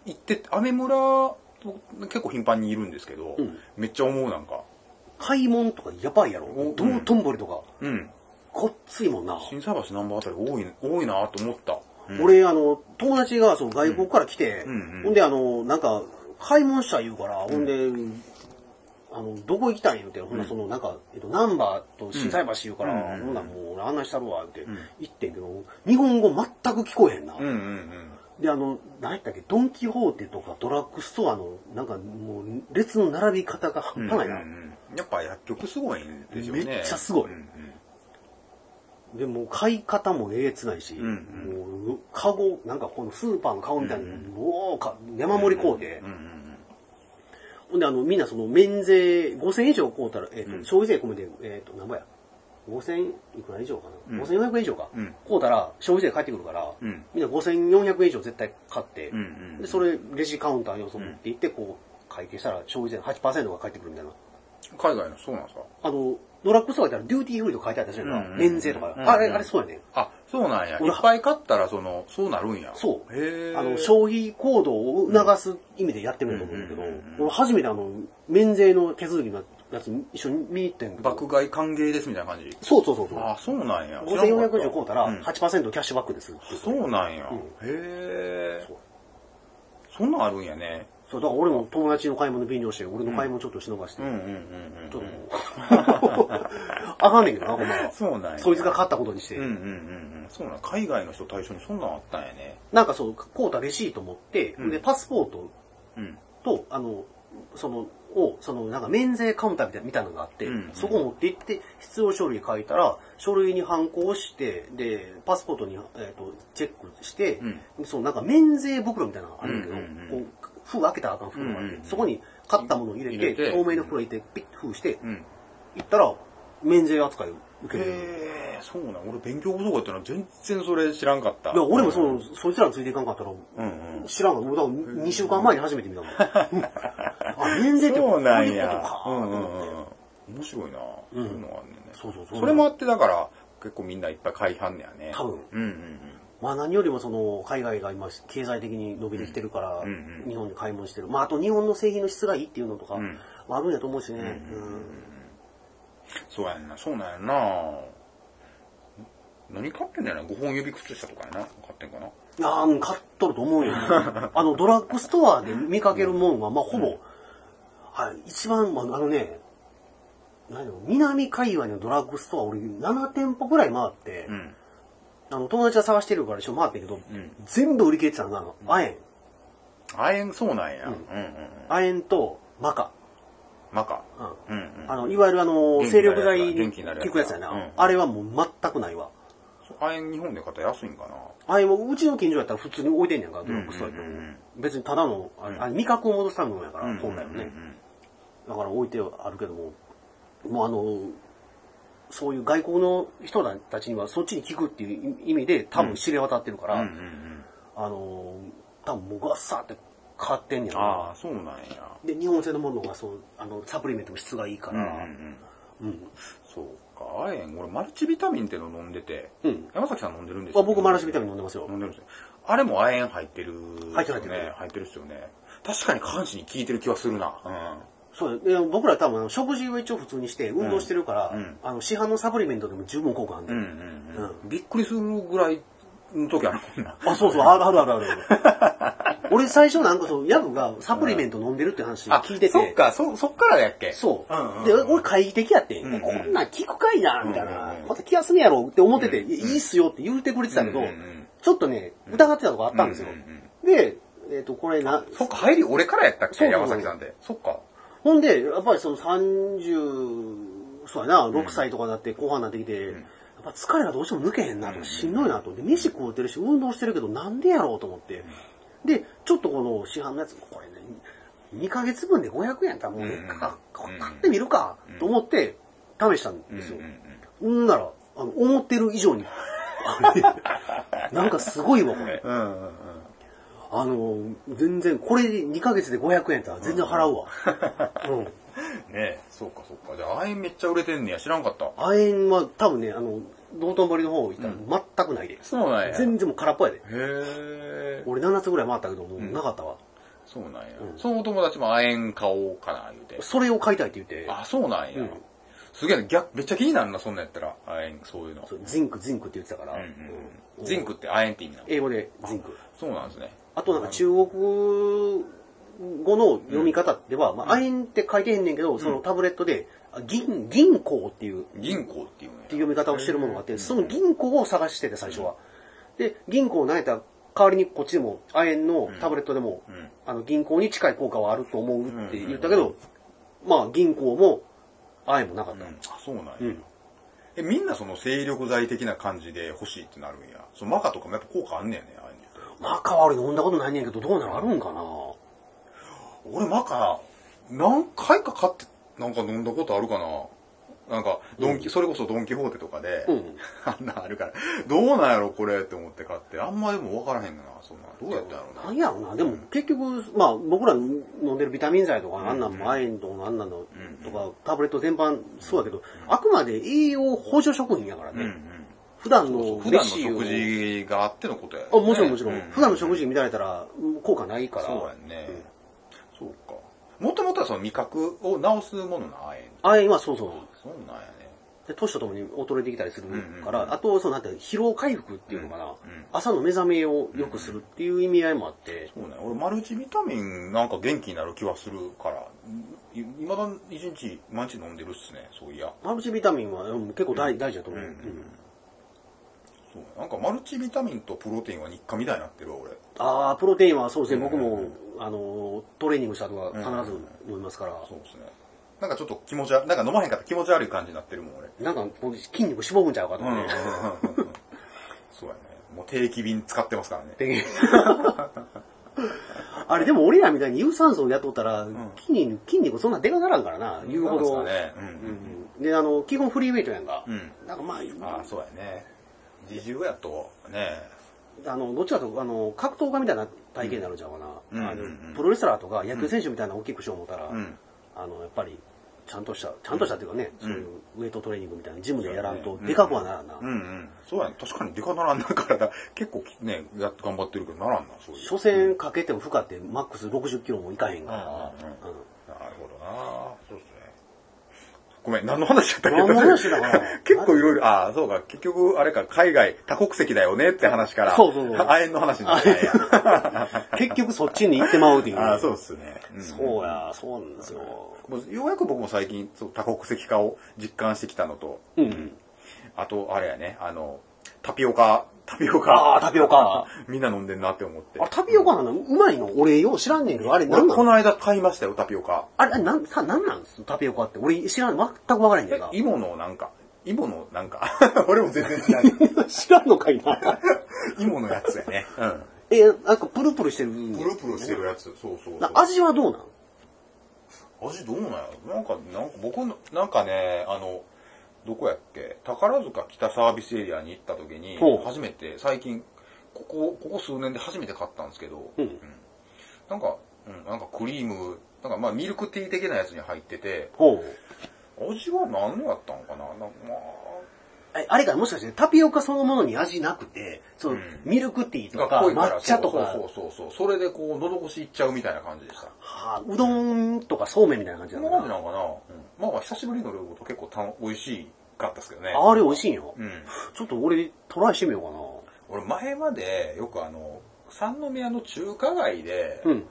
Speaker 2: ってアメ村結構頻繁にいるんですけど、
Speaker 1: うん
Speaker 2: めっちゃ思うなんか
Speaker 1: 買い物とかやばいやろ。
Speaker 2: お
Speaker 1: 道頓堀とか、
Speaker 2: うん
Speaker 1: こっついもんな。
Speaker 2: 心斎橋ナンバーあたり多い多いなと思った、うん
Speaker 1: 俺、あの、友達がそう外国から来て、
Speaker 2: うんうんうん
Speaker 1: ほんで、あの、なんか、買い物した言うから、ほんで、あの、どこ行きたいん言うて、ほんなその、なんか、えっと、ナンバーと心斎橋言うから、
Speaker 2: うんうんうん
Speaker 1: ほんならもう、俺案内したるわ、って
Speaker 2: ん
Speaker 1: 言ってんけど、日本語全く聞こえへんな。
Speaker 2: うんうんうん
Speaker 1: で、あの、何やったっけ、ドン・キホーテとかドラッグストアの、なんか、もう、列の並び方が半端ないな。
Speaker 2: うんうんうんやっぱ薬局すごいんでしょうね
Speaker 1: めっちゃすごい
Speaker 2: うん
Speaker 1: でもう買い方もええつないし、
Speaker 2: ん
Speaker 1: もうカゴなんかこのスーパーのカゴみたいに、もうか山盛り買うて、
Speaker 2: うんうんうん
Speaker 1: ほんであのみんなその免税5000円以上買うたら、えーと消費税込めて、えー、と何ぼや5000いくら以上かな、5400円以上か、
Speaker 2: うん
Speaker 1: 買うたら消費税返ってくるから、
Speaker 2: うん
Speaker 1: みんな5400円以上絶対買って、
Speaker 2: うんうんうん
Speaker 1: でそれレジカウンターによそ持って行ってこう会計したら消費税の8%が返ってくるみたいな
Speaker 2: 海外のそうなんですか
Speaker 1: あのドラッグストア行ったらデューティーフリーとか書いてあったりするやんか、
Speaker 2: うんうん
Speaker 1: 免税とか、
Speaker 2: うんうん
Speaker 1: あれあれそうやねん
Speaker 2: あそうなんやいっ
Speaker 1: 俺
Speaker 2: ぱい買ったらそのそうなるんや
Speaker 1: そう
Speaker 2: へえ
Speaker 1: あの消費行動を促す意味でやってるんだと思うんだけど、
Speaker 2: うんうんうんうん
Speaker 1: 俺初めてあの免税の手続きのやつ一緒に見に行ってんけど
Speaker 2: 爆買い歓迎ですみたいな感じ
Speaker 1: そうそうそうそう
Speaker 2: あそうなんや
Speaker 1: 5400円以上買うたら
Speaker 2: うん
Speaker 1: 8%キャッシュバックですって言って
Speaker 2: そうなんや。
Speaker 1: うん
Speaker 2: へえ
Speaker 1: そう。
Speaker 2: そんなんあるんやね。
Speaker 1: そうだから俺も友達の買い物便乗して俺の買い物ちょっとしのばして、
Speaker 2: うんうんうん
Speaker 1: ち
Speaker 2: う
Speaker 1: ょ
Speaker 2: ん
Speaker 1: っと。あかんねんけどなほんまは
Speaker 2: そうなんや。
Speaker 1: そいつが買ったことにして、
Speaker 2: うんうんうんうん。そうなん。海外の人対象にそんなんあったんやね。
Speaker 1: なんかそう買うたレシート持って、
Speaker 2: うん
Speaker 1: でパスポート
Speaker 2: うん。
Speaker 1: とあのそのをそのなんか免税カウンターみたいなみたいなのがあって、
Speaker 2: うん
Speaker 1: そこを持って行って必要書類書いたら書類に反抗してでパスポートに、えー、とチェックして、そのなんか免税袋みたいなのあるんだけど、
Speaker 2: うんうんうん
Speaker 1: こう封開けたらあかん袋があって、
Speaker 2: うんうんうん
Speaker 1: そこに買ったものを入れて
Speaker 2: 入れて
Speaker 1: 透明の袋入れてピッと封して
Speaker 2: うん。
Speaker 1: 行ったら免税扱いを受けれる
Speaker 2: へえー、そうなん俺勉強不足やったの全然それ知らんかった
Speaker 1: いや、俺もそ
Speaker 2: うん
Speaker 1: の、そいつらについていかんかったら、
Speaker 2: うん
Speaker 1: 知らんかった。もうだから2週間前に初めて見たも ん。あ、免税ってこ
Speaker 2: そ
Speaker 1: いうこと
Speaker 2: ううなんや
Speaker 1: か。
Speaker 2: うんう
Speaker 1: と
Speaker 2: んうん
Speaker 1: 思って
Speaker 2: 面白いな、そういうのがあんねんね
Speaker 1: そうそうそう。
Speaker 2: それもあってだから結構みんないっぱい買いはんねやね
Speaker 1: 多分
Speaker 2: うんうん
Speaker 1: まあ何よりもその海外が今経済的に伸びてきてるから
Speaker 2: うんうんうん
Speaker 1: 日本で買い物してる。まああと日本の製品の質がいいっていうのとか
Speaker 2: うん
Speaker 1: はあるんやと思うしね。
Speaker 2: うんそうやんなそうなんやんな何買ってんだよな5本指靴下とかやな買ってんかな
Speaker 1: うんああ、うん買っとると思う よ。あのドラッグストアで見かけるもんはまあほぼ、はい、一番、まああのね、何やろ南界隈のドラッグストア俺7店舗ぐらい回って、
Speaker 2: うん
Speaker 1: あの友達が探してるから一緒に回ってんけど、
Speaker 2: うん
Speaker 1: 全部売り切れてたのがあの、亜鉛、
Speaker 2: あえんそうなんや、うん、うんうん
Speaker 1: 亜鉛とマカ。
Speaker 2: マカ
Speaker 1: うん
Speaker 2: うんうん
Speaker 1: あの、いわゆるあの、
Speaker 2: 元気
Speaker 1: 精
Speaker 2: にな
Speaker 1: 力
Speaker 2: るやつだ
Speaker 1: 剤に
Speaker 2: 元気になるやつだ
Speaker 1: 効くやつやな、
Speaker 2: うん
Speaker 1: あれはもう全くないわ。
Speaker 2: あえん日本で買ったら安いんかな
Speaker 1: あれもううちの近所やったら普通に置いてんねやんか、ドラッグストアやったら
Speaker 2: うんうんうん
Speaker 1: 別にただの、あれあれ味覚を戻すためのものやから、本来は
Speaker 2: う
Speaker 1: ね
Speaker 2: んう。ん
Speaker 1: だから置いてはあるけども、もうあの、そういう外国の人たちにはそっちに効くっていう意味で多分知れ渡ってるから、
Speaker 2: うんうんうんうん
Speaker 1: あの、多分もうガッサーって変わってんねやろ
Speaker 2: ああそうなんや
Speaker 1: で、日本製のものがそう、あの、サプリメントの質がいいか
Speaker 2: うんうん
Speaker 1: ら、うん。
Speaker 2: そうかあえん俺マルチビタミンっての飲んでて、
Speaker 1: うん
Speaker 2: 山崎さん飲んでるんです
Speaker 1: まあ僕マルチビタ
Speaker 2: ミ
Speaker 1: ミン飲んでますよ
Speaker 2: 飲。んでるんですよあれも亜鉛入ってるっすよね
Speaker 1: 入ってる入ってる
Speaker 2: 入ってるっすよね確かに下半身に効いてる気はするな
Speaker 1: そうで僕ら多分あの食事は一応普通にして運動してるから、
Speaker 2: うん
Speaker 1: あの市販のサプリメントでも十分効果あるん
Speaker 2: う
Speaker 1: で、
Speaker 2: んうんうん、うん、びっくりするぐらいの時あるもんな
Speaker 1: あそうそうあるあるあるある 俺最初なんかそのヤブがサプリメント飲んでるって話聞いてて、
Speaker 2: そっかそそっからやっけ
Speaker 1: そう、
Speaker 2: んうんうん
Speaker 1: で俺懐疑的やって、
Speaker 2: うんうん
Speaker 1: こんなん聞くかいなみたい
Speaker 2: うん
Speaker 1: な、
Speaker 2: うんうん
Speaker 1: こんなん気休めやろって思ってて、
Speaker 2: うん
Speaker 1: いやいいっすよって言うてくれてたけど、
Speaker 2: うんうんうん
Speaker 1: ちょっとね疑ってたとこあったんですよ、
Speaker 2: うんうん
Speaker 1: でえっ、とこれな
Speaker 2: そっか入り俺からやったっけ
Speaker 1: そうそうそう
Speaker 2: 山崎さんでそっか
Speaker 1: ほんで、やっぱりその30、そうやな、6歳とかになって、後半になってきて、やっぱ疲れがどうしても抜けへんなと、しんどいなと。で、飯食うてるし、運動してるけど、なんでやろうと思って。で、ちょっとこの市販のやつ、これね、2ヶ月分で500円やったらもうね
Speaker 2: うん
Speaker 1: か
Speaker 2: うん
Speaker 1: 買ってみるか、と思って、試したんですよ
Speaker 2: うんうん。
Speaker 1: ほんなら、あの、思ってる以上に、あのなんかすごいわ、これ。
Speaker 2: うんうんうん
Speaker 1: あの、全然、これ2ヶ月で500円やったら全然払うわ。うん。
Speaker 2: ねえそうかそうかじゃあ亜鉛めっちゃ売れてんねや知らんかった
Speaker 1: 亜鉛は多分ね、あの、道頓堀の方行ったら全くないで。
Speaker 2: そうなんや
Speaker 1: 全然もう空っぽやで。
Speaker 2: へえ
Speaker 1: 俺7つぐらい回ったけど、もうなかったわ。
Speaker 2: そうなんや、そのお友達も亜鉛買おうかな言うて
Speaker 1: それを買いたいって言って、
Speaker 2: あそうなんや、
Speaker 1: うん
Speaker 2: すげえな逆めっちゃ気になるなそんなんやったら亜鉛そういうの
Speaker 1: そうジンク、ジンクって言ってたから、
Speaker 2: うんうん
Speaker 1: う
Speaker 2: うんんジンクって亜鉛って意味なの
Speaker 1: 英語でジンク。
Speaker 2: そうなんですね
Speaker 1: あとなんか中国語の読み方では、まあ、亜鉛って書いてへんねんけど、そのタブレットで、あ銀、銀行っていう、
Speaker 2: 銀行っていうのや
Speaker 1: っていう読み方をしてるものがあって、その銀行を探してて、最初は。で、銀行を投げた代わりにこっちでも、亜鉛のタブレットでも、
Speaker 2: ん
Speaker 1: あの銀行に近い効果はあると思うって言ったけど、まあ銀行も亜鉛もなかった。
Speaker 2: うんあそうなんや、
Speaker 1: うん
Speaker 2: えみんなその精力剤的な感じで欲しいってなるんやそのマカとかもやっぱ効果あんねやね亜鉛って
Speaker 1: マカは俺飲んだことないねんけど、どうなるあるんかな
Speaker 2: 俺マカ何回か買ってなんか飲んだことあるかななんかドンキ、それこそドン・キホーテとかで、
Speaker 1: うん
Speaker 2: あんなあるからどうなんやろこれって思って買ってあんまでも分からへんなそんなどうやったんやろ
Speaker 1: な
Speaker 2: うんな
Speaker 1: やろな。でも結局、まあ僕ら飲んでるビタミン剤とか、あんなんも亜鉛とかあんなのとか、タブレット全般そうだけど、あくまで栄養補助食品やから
Speaker 2: うんう
Speaker 1: ね。
Speaker 2: ん
Speaker 1: 普段
Speaker 2: そうそ
Speaker 1: の
Speaker 2: う普段の
Speaker 1: 飯を
Speaker 2: 食事があってのことや、ね、
Speaker 1: あもちろんもちろん、
Speaker 2: う
Speaker 1: 普段の食事乱れたらうん効果ないから
Speaker 2: そうやんね、そうかもともとはその味覚を直すものなあえん
Speaker 1: 亜鉛はそうそう
Speaker 2: そうなんやね
Speaker 1: で年とともに衰えてきたりするから、
Speaker 2: うんうん
Speaker 1: あとそのなんて疲労回復っていうのかな、
Speaker 2: ん
Speaker 1: 朝の目覚めを良くするっていう意味合いもあって、
Speaker 2: そうね俺マルチビタミンなんか元気になる気はするからいいまだ一日毎日飲んでるっすねそういや
Speaker 1: マルチビタミンはうん結構大,、大事だと思う、
Speaker 2: うん
Speaker 1: うん
Speaker 2: そうねなんかマルチビタミンとプロテインは日課みたいになってるわ俺
Speaker 1: ああプロテインはそうですね、
Speaker 2: うん
Speaker 1: 僕もあのトレーニングした後は必ず飲みますから、
Speaker 2: そうですねなんかちょっと気持ち悪いなんか飲まへんかったら気持ち悪い感じになってるもん俺
Speaker 1: なんかこう筋肉しぼむんちゃうかと
Speaker 2: うん
Speaker 1: か
Speaker 2: うんうんうん
Speaker 1: ね、
Speaker 2: うん そうやねもう定期便使ってますからね
Speaker 1: で あれでも俺らみたいに有酸素をやっとったら筋肉筋肉そんなでかならんからな、言うほ
Speaker 2: そ
Speaker 1: ど、
Speaker 2: うですかねうん
Speaker 1: うんで、あの、基本フリーウェイトやんか。
Speaker 2: うん
Speaker 1: なんかまあ、
Speaker 2: ああ、そうやね。自重やと、ね。
Speaker 1: あの、どっちかというと、あの、格闘家みたいな体型になるんちゃうか
Speaker 2: うん
Speaker 1: な。あ
Speaker 2: うんうんう
Speaker 1: の
Speaker 2: ん
Speaker 1: プロレスラーとか野球選手みたいなの大きくしよう思ったら、
Speaker 2: うん
Speaker 1: あの、やっぱり、ちゃんとした、ちゃんとしたっていうかね、そういうウェイトトレーニングみたいな、ジムでやらん
Speaker 2: そう
Speaker 1: と
Speaker 2: や、ね
Speaker 1: でかくはならんな。
Speaker 2: うんうん。そうやね。確かにデカならんなから、 結構ね、やっと頑張ってるけど、ならんな、そういう。
Speaker 1: 所詮かけても負荷ってマックス60キロもいかへんか
Speaker 2: うんうんうん
Speaker 1: ら。うん
Speaker 2: なるほどなそうですね。ごめん、何の話だったっけ
Speaker 1: 何の話だかな
Speaker 2: 結構いろいろ、ああ、そうか、結局、あれか、海外、多国籍だよねって話から、
Speaker 1: そうそうそう
Speaker 2: 亜鉛の話になったんや
Speaker 1: 結局そっちに行ってま うっていう。
Speaker 2: ああ、そうですね。うん
Speaker 1: そうや、そうなんですよ。
Speaker 2: もうようやく僕も最近、そう多国籍化を実感してきたのと、
Speaker 1: うん。
Speaker 2: あと、あれやね、あの、タピオカ、タピオ
Speaker 1: ああ、
Speaker 2: カ、
Speaker 1: タピオカ。
Speaker 2: みんな飲んでんなって思って。
Speaker 1: あ、タピオカなのうまいの俺よう知らんねんけど、あれなん
Speaker 2: 俺
Speaker 1: な
Speaker 2: こ
Speaker 1: の
Speaker 2: の間買いましたよ、タピオカ。
Speaker 1: あれ、なん、さ、なんなんすタピオカって。俺知らん、全くわからへんねんか。
Speaker 2: 芋のなんか、芋のなん か、俺も全然知らん。
Speaker 1: 知らんのかいな。
Speaker 2: 芋のやつやね。うん。
Speaker 1: え、なんかプルプルしてる。
Speaker 2: プルプルしてるやつ。そうそう
Speaker 1: な味はどうなん
Speaker 2: 味どうなんやろなんか、なんか僕の、なんかね、あの、どこやっけ宝塚北サービスエリアに行った時に
Speaker 1: ほう、
Speaker 2: 初めて、最近、ここ、ここ数年で初めて買ったんですけど、
Speaker 1: うん
Speaker 2: なんか、うん、なんかクリーム、なんかまあミルクティー的なやつに入ってて、
Speaker 1: ほう。
Speaker 2: 味は何やったのかななんかま
Speaker 1: えあれか、もしかしてタピオカそのものに味なくて、その、
Speaker 2: うん
Speaker 1: ミルクティーと
Speaker 2: あ、
Speaker 1: か、
Speaker 2: 濃い
Speaker 1: 抹
Speaker 2: ら
Speaker 1: 茶とか、
Speaker 2: そうそうそうそう。それでこう、喉越しいっちゃうみたいな感じでした。
Speaker 1: はあ、うどんとかそうめんみたいな感じ
Speaker 2: そ
Speaker 1: なんの
Speaker 2: な
Speaker 1: か
Speaker 2: 感じ
Speaker 1: な
Speaker 2: なのかな、まあまあ久しぶりの両方と結構たの美味しかったですけどね。
Speaker 1: ああれ美味しいんよ、
Speaker 2: うん。
Speaker 1: ちょっと俺トライしてみよ
Speaker 2: 俺前までよくあの、三宮の中華街で
Speaker 1: う、かな。うん。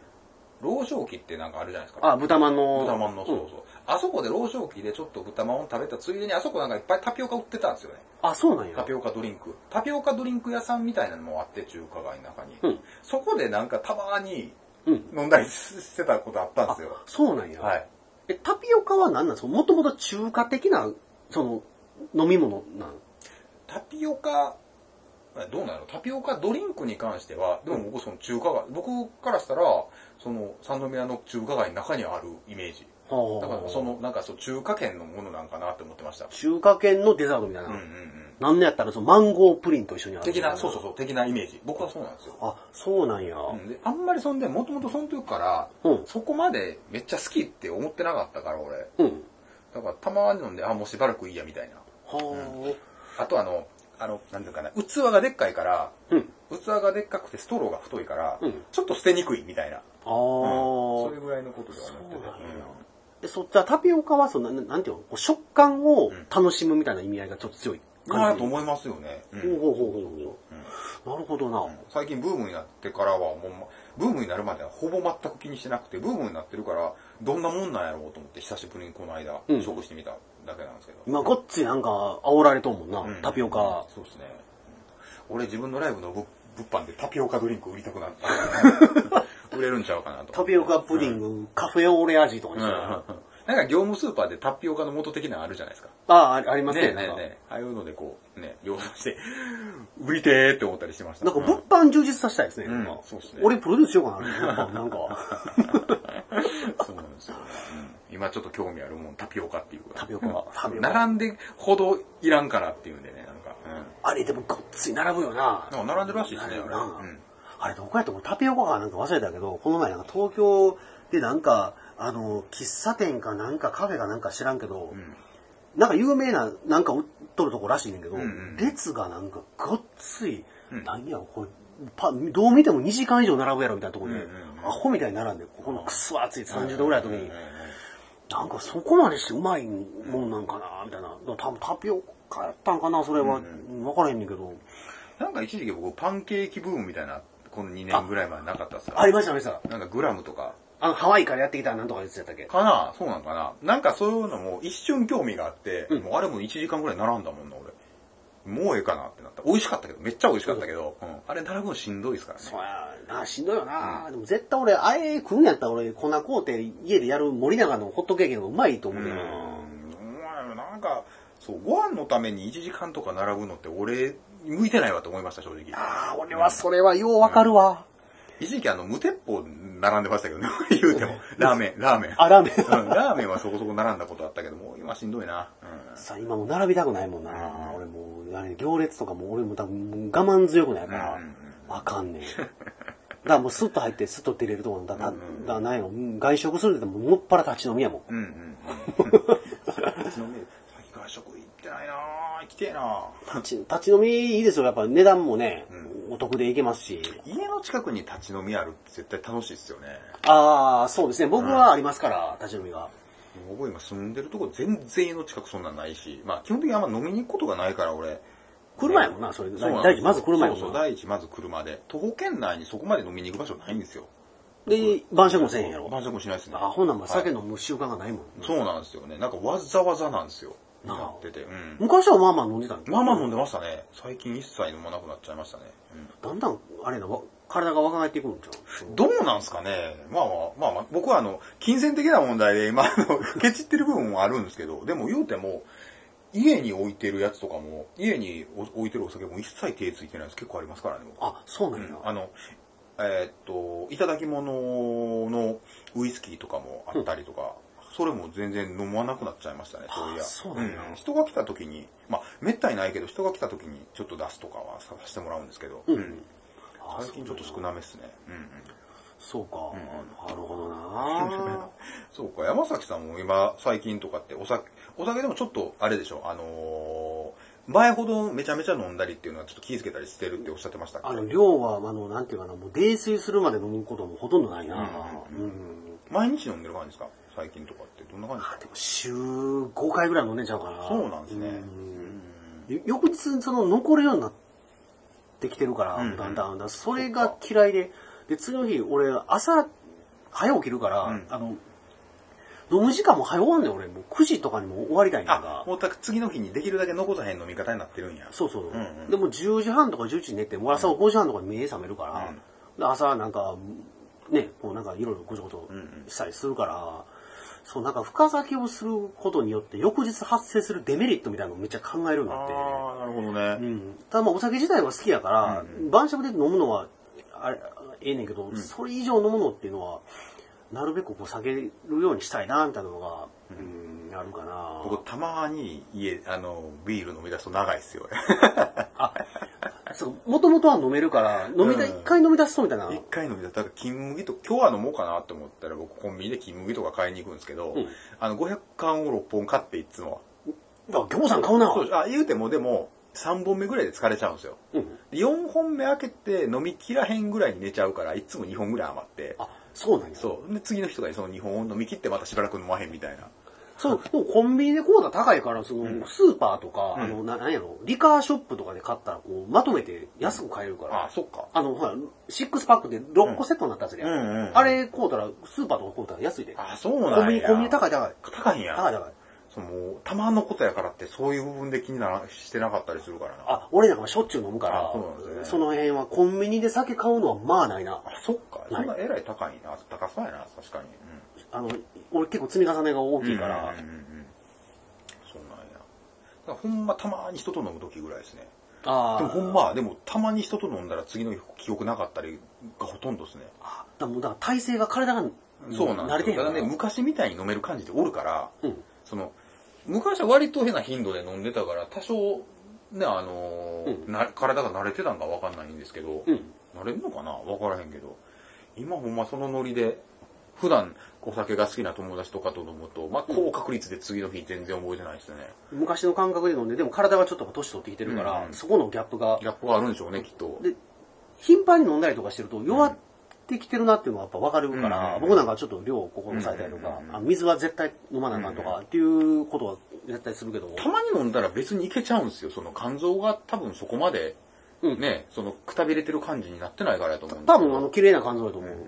Speaker 2: 老少期ってなんかあるじゃないですか。
Speaker 1: あ、豚まんの。
Speaker 2: 豚まんの、そうそう。あそこで老少期でちょっと豚まんを食べたついでにあそこなんかいっぱいタピオカ売ってたんですよね。
Speaker 1: あ、そうなんや。
Speaker 2: タピオカドリンク。タピオカドリンク屋さんみたいなのもあって、中華街の中に。
Speaker 1: うん
Speaker 2: そこでなんかたまに
Speaker 1: うん。
Speaker 2: 飲んだりしてたことあったんですよ。
Speaker 1: そうなんや。
Speaker 2: はい。
Speaker 1: え、タピオカは何なんですかもともと中華的な、その、飲み物なん
Speaker 2: タピオカ、どうなのタピオカドリンクに関しては、でも僕その中華街、僕からしたら、その三宮の中華街の中にあるイメージ。
Speaker 1: は
Speaker 2: だからそ、の、なんかそう中華圏のものなんかなって思ってました。
Speaker 1: 中華圏のデザートみたいな。
Speaker 2: うんうんう
Speaker 1: なん、
Speaker 2: ん。
Speaker 1: 何のやったらそのマンゴープリンと一緒にあるみた
Speaker 2: 的
Speaker 1: いな。
Speaker 2: な、そうそうそう、的なイメージ。僕はそうなんですよ。
Speaker 1: あ、そうなんや。
Speaker 2: うんであんまりそんで、もともとその時から、
Speaker 1: うん
Speaker 2: そこまでめっちゃ好きって思ってなかったから、俺。
Speaker 1: うん。
Speaker 2: だからたまに飲んで、あ、もうしばらくいいや、みたいな。
Speaker 1: は
Speaker 2: あとあの、あの、なんていうかな、器がでっかいから、
Speaker 1: あ。うん。
Speaker 2: 器がでっかくてストローが太いから、
Speaker 1: うん
Speaker 2: ちょっと捨てにくいみたいな。
Speaker 1: ああ、
Speaker 2: そういうぐらいのことではなくて
Speaker 1: そうなんや
Speaker 2: うん
Speaker 1: でそっちはタピオカはそのななんていうのこう食感を楽しむみたいな意味合いがちょっと強い
Speaker 2: かな
Speaker 1: 感
Speaker 2: と
Speaker 1: じ、
Speaker 2: 思いますよね。うん
Speaker 1: ほうほうほうほう、なるほどな、
Speaker 2: 最近ブームになってからは、もうま、ブームになるまではほぼ全く気にしてなくて、ブームになってるから、どんなもんなんやろうと思って、久しぶりにこの間、
Speaker 1: うん
Speaker 2: 食してみただけなんですけど。
Speaker 1: 今ごっついなんか煽られとんもんな、
Speaker 2: うん
Speaker 1: タピオカ、
Speaker 2: そうですね。うん俺自分のライブの物物販でタピオカドリンク売りたく なった。売れるんちゃうかなと思って。
Speaker 1: タピオカプディング、カフェオレ味とかに
Speaker 2: うん
Speaker 1: し
Speaker 2: う
Speaker 1: た
Speaker 2: ん
Speaker 1: ら、あ
Speaker 2: なんか業務スーパーでタピオカの元的なのあるじゃないですか。
Speaker 1: あありますね
Speaker 2: ねえ
Speaker 1: な
Speaker 2: ね
Speaker 1: ん
Speaker 2: え
Speaker 1: か
Speaker 2: ねえああいうのでこう、ね、量産して、売りてーって思ったりしてました。
Speaker 1: なんか
Speaker 2: う
Speaker 1: 物販充実させたいですね、
Speaker 2: うん
Speaker 1: なんか
Speaker 2: そうっすね
Speaker 1: 俺プロデュースしようかなやっぱなんか
Speaker 2: そうなんですよ、うん今ちょっと興味あるもん、タピオカっていうか。
Speaker 1: タピオカタピオカ
Speaker 2: 並んでほどいらんからっていうんでね、なんか。
Speaker 1: あれでもごっつい並ぶよな
Speaker 2: なんか並んでるらしいですね
Speaker 1: 並ぶ
Speaker 2: あ
Speaker 1: な、
Speaker 2: れうん
Speaker 1: あれどこやった俺タピオカかなんか忘れたけどこの前なんか東京でなんかあの喫茶店かなんかカフェかなんか知らんけど、
Speaker 2: うん。
Speaker 1: なんか有名ななんか売っとるとこらしいねんけど、
Speaker 2: うんうん
Speaker 1: 列がなんかごっつい、
Speaker 2: うん
Speaker 1: 何やろこれパどう見ても2時間以上並ぶやろみたいなところで、
Speaker 2: うんうんうん
Speaker 1: アホみたいに並んでここのくそ暑い30度ぐらいの時に、
Speaker 2: うんうんうん
Speaker 1: なんかそこまでしてうまいもんなんかなみたいなだから多分タピオカやったんかなそれは、
Speaker 2: うん
Speaker 1: 分からへんねんけど
Speaker 2: なんか一時期僕、パンケーキブームみたいな、この2年ぐらい前なかったですか
Speaker 1: ありましたありました
Speaker 2: なんかグラムとか。
Speaker 1: あのハワイからやってきたなんとかやつやったっけ
Speaker 2: かなそうなんかななんかそういうのも一瞬興味があって、
Speaker 1: うん
Speaker 2: もうあれも1時間ぐらい並んだもんな、俺。もうええかなってなった。美味しかったけど、めっちゃ美味しかったけど、うんあれ並ぶのしんどいですからね。
Speaker 1: そうやなしんどいよな、でも絶対俺あれ食うんやったら俺粉買うて家でやる森永のホットケーキの方がうまいと思うけどな、
Speaker 2: うん、お前なんか、そう、ご飯のために1時間とか並ぶのって俺、向いてないわと思いました、正直。
Speaker 1: ああ俺はそれはようわかるわ、
Speaker 2: 一時期あの、無鉄砲並んでましたけどね、 言うても。ラーメン、ラーメン。
Speaker 1: あ、ラーメン。
Speaker 2: うん、ラーメンはそこそこ並んだことあったけども、今しんどいな。うん
Speaker 1: さ今もう並びたくないもんな、
Speaker 2: うん
Speaker 1: 俺もうあれ行列とかも俺も多分もう我慢強くないから、
Speaker 2: うん
Speaker 1: あかんねんだからもうスッと入ってスッと出れるとこなんだ,、だだからないのうん外食するって言ってももっぱら立ち飲みやもん
Speaker 2: うんうんうん。うちの目、最近外食行ってないなぁ。行きてえなぁ。
Speaker 1: 立ち立ち飲みいいですよやっぱ値段もね、お得でいけますし
Speaker 2: 家の近くに立ち飲みあるって絶対楽しいっすよね。
Speaker 1: ああそうですね僕はありますから、立ち飲みが
Speaker 2: 僕今住んでるとこ全然家の近くそんなんないし、まあ基本的にあんま飲みに行くことがないから俺。
Speaker 1: 車やもんなそれ
Speaker 2: そうなん
Speaker 1: 第
Speaker 2: で
Speaker 1: 一
Speaker 2: すよ
Speaker 1: まず車やもんな
Speaker 2: そうそう、第一まず車で。徒歩圏内にそこまで飲みに行く場所ないんですよ。
Speaker 1: で晩酌もせえへんやろ
Speaker 2: 晩酌もしないですね。
Speaker 1: あほんなんもう酒
Speaker 2: はい
Speaker 1: 飲む習慣がないもん、
Speaker 2: そうなんですよね。なんかわざわざなんですよ。
Speaker 1: なあ
Speaker 2: やってて。うん。
Speaker 1: 昔はまあまあ飲んでたんやけど
Speaker 2: まあまあ飲んでましたね。最近一切飲まなくなっちゃいましたね。うん
Speaker 1: だんだんあれなわ体が若返っていくんちゃう
Speaker 2: どうなんすかねまあまあまあまあ、僕はあの、金銭的な問題で、まああの、 ケチってる部分もあるんですけど、でも言うても、家に置いてるやつとかも、家に置いてるお酒も一切手ついてないやつ結構ありますからね、僕
Speaker 1: あそうなんや、
Speaker 2: あの、えーっと、いただき物のウイスキーとかもあったりとか、それも全然飲まなくなっちゃいましたね、そうい
Speaker 1: あ
Speaker 2: や。
Speaker 1: そうなんや
Speaker 2: 人が来た時に、まあ、めったにないけど、人が来た時にちょっと出すとかはささせてもらうんですけど、うん
Speaker 1: あ
Speaker 2: 最近ちょっと少ないめっすね。うんうん
Speaker 1: そうか、なるほど な
Speaker 2: そうか、山崎さんも今、最近とかってお酒、お酒でもちょっと、あれでしょ、あのー前ほどめちゃめちゃ飲んだりっていうのはちょっと気づけたりしてるっておっしゃってましたっけ
Speaker 1: あの量はあのなんていうかなもう泥酔するまで飲むこともほとんどないなうん、
Speaker 2: 毎日飲んでる感じですか最近とかってどんな感じです
Speaker 1: あ
Speaker 2: か
Speaker 1: でも週5回ぐらい飲んでんちゃうかな
Speaker 2: そうなんですね。
Speaker 1: うんよ翌日その残るようになってきてるから、
Speaker 2: うん
Speaker 1: だんだんだんだんそれが嫌いでで次の日俺朝早起きるから、
Speaker 2: うん
Speaker 1: あの飲む時間も早終わんねん俺もう9時とかにも終わりたいねん
Speaker 2: あ
Speaker 1: か、
Speaker 2: もうた次の日にできるだけ残さへん飲み方になってるんや。
Speaker 1: そうそう、
Speaker 2: んうん
Speaker 1: でも10時半とか11時に寝てもう朝5時半とかに目覚めるから、で朝なんかねこうなんかいろいろごちゃごちゃしたりするから、そうなんか深酒をすることによって翌日発生するデメリットみたいなのをめっちゃ考えるようになって
Speaker 2: ああ、なるほどね。
Speaker 1: うん、ただまあお酒自体は好きやから、晩酌で飲むのはあれええねんけど、それ以上飲むのっていうのはなるべくこう下げるようにしたいなみたいなのが、うん、あるかな
Speaker 2: 僕、たまに家、あの、ビール飲み出すと長いっすよ、俺
Speaker 1: もともとは飲めるから飲みだ、
Speaker 2: うん
Speaker 1: 一回飲み出すとみたいな
Speaker 2: 一回飲み出したら、金麦と、今日は飲もうかなって思ったら、僕、コンビニで金麦とか買いに行くんですけど、
Speaker 1: うん
Speaker 2: あの、500缶を6本買って、いつも。
Speaker 1: あ餃子買うな
Speaker 2: そうですあ、言うても、でも、3本目ぐらいで疲れちゃうんですよ。
Speaker 1: うん、
Speaker 2: 4本目開けて飲みきらへんぐらいに寝ちゃうから、いつも2本ぐらい余って。
Speaker 1: あそうなんやそう
Speaker 2: そう。で、次の日とかにその2本を飲み切ってまたしばらく飲まへんみたいな。
Speaker 1: でもコンビニでコーダ高いからその、スーパーとか、あのななんやろリカーショップとかで買ったらこうまとめて安く買えるから、
Speaker 2: そっか。
Speaker 1: あの、ほら、シックスパックで6個セットになったやつや、
Speaker 2: うんうんうん
Speaker 1: あれ買うたら、スーパーとか買うたら安いで。
Speaker 2: あ、そうなんや。
Speaker 1: コンビニ、コンビニ高い高い。
Speaker 2: 高いんや。
Speaker 1: 高い高い。
Speaker 2: その、たまのことやからってそういう部分で気にならしてなかったりするからな。あ、
Speaker 1: あ、俺なんかしょっちゅう飲むから
Speaker 2: あ、そうなんですね
Speaker 1: その辺はコンビニで酒買うのはまあないな。
Speaker 2: そっか。そんなえらい高いな。高そうやな、確かに。う
Speaker 1: あの、俺結構積み重ねが大
Speaker 2: ん。
Speaker 1: きいから、
Speaker 2: うんうんうんうん。そうなんや。だからほんまたまに人と飲む時ぐらいですね。
Speaker 1: あー
Speaker 2: でもほんま、でもたまに人と飲んだら次の日記憶なかったりがほとんどですね。
Speaker 1: あだからもうだから体勢が体が
Speaker 2: そうなん
Speaker 1: 慣れて
Speaker 2: です
Speaker 1: へん
Speaker 2: よ。
Speaker 1: か
Speaker 2: た
Speaker 1: ら
Speaker 2: だね、昔みたいに飲める感じっておるから、
Speaker 1: うん
Speaker 2: その、昔は割と変な頻度で飲んでたから、多少、ね、あのー
Speaker 1: う
Speaker 2: な体が慣れてたんかわかんないんですけど、
Speaker 1: うん
Speaker 2: 慣れるのかなわからへんけど、今ほんまそのノリで、普段お酒が好きな友達とかと飲むと、まあ、高確率で次の日全然覚えてないですね。
Speaker 1: 昔の感覚で飲んで、でも体がちょっと年取ってきてるから、
Speaker 2: うん
Speaker 1: そこのギャップが
Speaker 2: ギ、ャップがあるんでしょうね、きっと。
Speaker 1: で頻繁に飲んだりとかしてると弱ってきてるなっていうのはやっぱ分かるから、
Speaker 2: うん
Speaker 1: 僕なんかちょっと量をここに抑えたりとか、あ水は絶対飲まなあかんとかっていうことは絶対するけど、
Speaker 2: たまに飲んだら別にいけちゃうんですよ。その肝臓が多分そこまで、
Speaker 1: うん
Speaker 2: ね、そのくたびれてる感じになってないからやと思うんです
Speaker 1: 多
Speaker 2: けど
Speaker 1: 分あの綺麗な肝臓だと思う、うん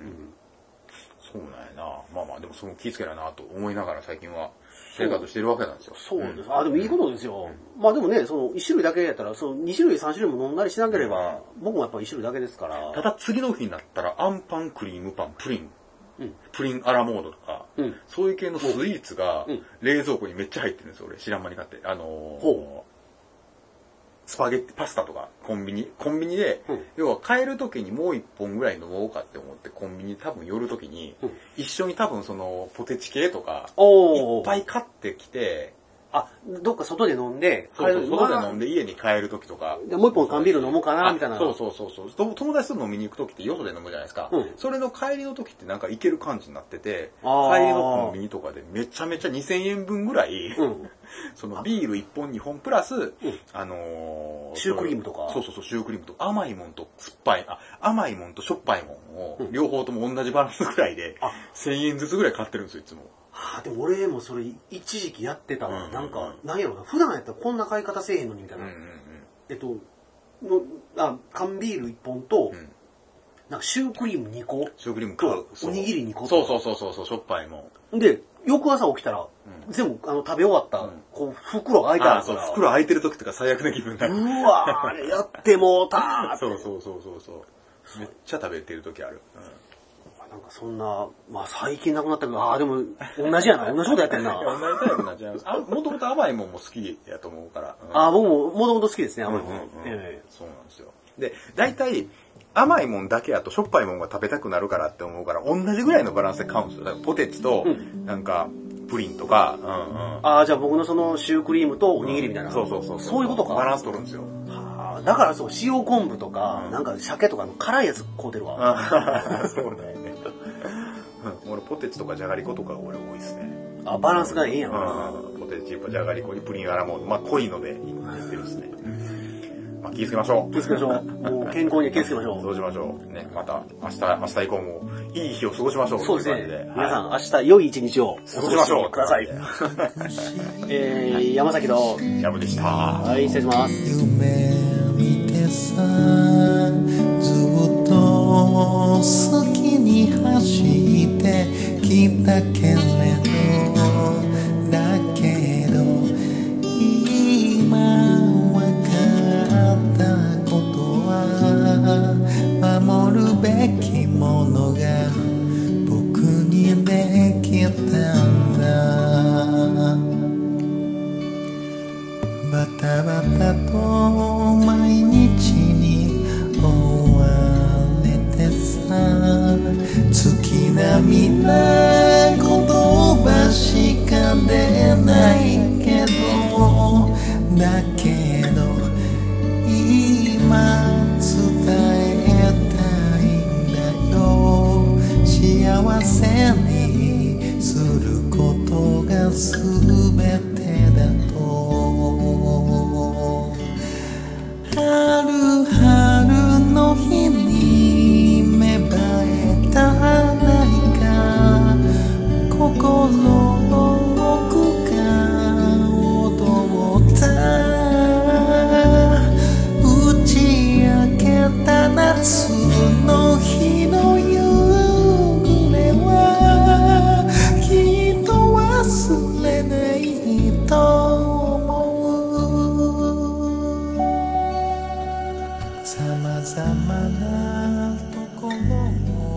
Speaker 2: そうなんやな。まあまあ、でもその気ぃつけないなと思いながら最近は生活してるわけなんですよ。
Speaker 1: そうです、あでもいいことですよ、まあでもねその1種類だけやったらその2種類3種類も飲んだりしなければ、僕もやっぱ1種類だけですから
Speaker 2: ただ次の日になったら、アンパン、クリームパン、プリン、
Speaker 1: うん
Speaker 2: プリンアラモードとか、
Speaker 1: うん
Speaker 2: そういう系のスイーツが
Speaker 1: うん
Speaker 2: 冷蔵庫にめっちゃ入ってるんですよ、俺。知らん間に買って。あのー
Speaker 1: ほ
Speaker 2: スパゲッティ、パスタとか、コンビニ、コンビニで、
Speaker 1: うん
Speaker 2: 要は買える時にもう一本ぐらい飲もうかって思って、コンビニ多分寄る時に、
Speaker 1: うん
Speaker 2: 一緒に多分その、ポテチ系とか、
Speaker 1: お
Speaker 2: いっぱい買ってきて、
Speaker 1: あ、どっか外で飲んで、
Speaker 2: そうそう、外
Speaker 1: ま
Speaker 2: で
Speaker 1: あ
Speaker 2: 飲んで家に帰る時とか。
Speaker 1: でもう一本缶ビール飲もうかなみたいな
Speaker 2: あそうそうそうそう。と友達と飲みに行く時って外で飲むじゃないですか。
Speaker 1: うん
Speaker 2: それの帰りの時ってなんか行ける感じになってて、帰り
Speaker 1: あー
Speaker 2: のコンビニとかでめちゃめちゃ2000円分ぐらい、
Speaker 1: うん。
Speaker 2: そのビール1本2本プラス、あの
Speaker 1: シュークリームとか
Speaker 2: そうそうそう、シュークリームと甘いもんと酸っぱい、あ、甘いもんとしょっぱいもんを、両方とも同じバランスぐらいで
Speaker 1: あ、
Speaker 2: 1000円ずつぐらい買ってるんですよ、いつも。
Speaker 1: はあ、でも俺もそれ一時期やってたわ。
Speaker 2: うん
Speaker 1: なんか、なんやろな。普段やったらこんな買い方せえへんのにみたい
Speaker 2: うん
Speaker 1: な。
Speaker 2: うんうん。
Speaker 1: えっと、のあ缶ビール1本と、
Speaker 2: ん
Speaker 1: なんかシュークリーム2個。
Speaker 2: シュークリーム買う。そう
Speaker 1: おにぎり2個
Speaker 2: そうそうそうそうそう、しょっぱいもん。
Speaker 1: で、翌朝起きたら、
Speaker 2: うん
Speaker 1: 全部あの食べ終わった、
Speaker 2: うん
Speaker 1: こう、袋が開いてあ
Speaker 2: あ
Speaker 1: るか
Speaker 2: そう
Speaker 1: ら。
Speaker 2: 袋開いてる時とか最悪な気分になる。
Speaker 1: うわーあれやってもうたーって
Speaker 2: そうそうそうそうそう。めっちゃ食べてる時ある。
Speaker 1: なんかそんな、まあ最近なくなったけど、ああ、でも、同じやな。同じことやってん
Speaker 2: いや
Speaker 1: な。
Speaker 2: 同じタイプになっちゃいます。あ、もともと甘いもんも好きやと思うから。うん
Speaker 1: ああ、僕も、もともと好きですね、
Speaker 2: うん
Speaker 1: 甘いも
Speaker 2: うん
Speaker 1: の。
Speaker 2: うん
Speaker 1: ええ
Speaker 2: そうなんですよ。で、大体、甘いもんだけやとしょっぱいもんが食べたくなるからって思うから、同じぐらいのバランスで買うんですよ。だからポテチと、なんか、プリンとか、うんうん。
Speaker 1: ああ、じゃあ僕のそのシュークリームとおにぎりみたいな。
Speaker 2: そうそうそう。
Speaker 1: そういうことか。
Speaker 2: バランス取るんですよ。
Speaker 1: はあだからそう、塩昆布とか、
Speaker 2: うん
Speaker 1: なんか鮭とかの辛いやつ買うてるわ。
Speaker 2: あそうだよね。うん俺、ポテチとかじゃがりことかが俺多いですね。
Speaker 1: あバランスがええんやな。
Speaker 2: うんポテチ、じゃがりこにプリンアラモード。まあ、濃いので、やってるんですね。まあ、気をつけましょう。
Speaker 1: 気をつけまし ょう。もう健康には気をつけましょ
Speaker 2: そうしましょう。ね、また、明日、明日以降も、いい日を過ごしましょう。
Speaker 1: う。そうです
Speaker 2: とい感
Speaker 1: ね
Speaker 2: じ。
Speaker 1: 皆さ
Speaker 2: は
Speaker 1: ん、明日良い一日を
Speaker 2: い過ごしましょう。
Speaker 1: ください。えー、山崎の、
Speaker 2: ジャブでした。
Speaker 1: はい、失礼します。
Speaker 3: 夢見てさずっと好きに走ってきたけれどだけど今わかったことは守るべきものが僕にできたんだバタバタと毎日に追われてさ月並みな言葉しか出ないけどだけど今伝えたいんだよ幸せにすることが全てだと春春の日に芽生えた何か心の奥が踊った打ち明けた夏の日の夕暮れはきっと忘れないと思うさまざまなところを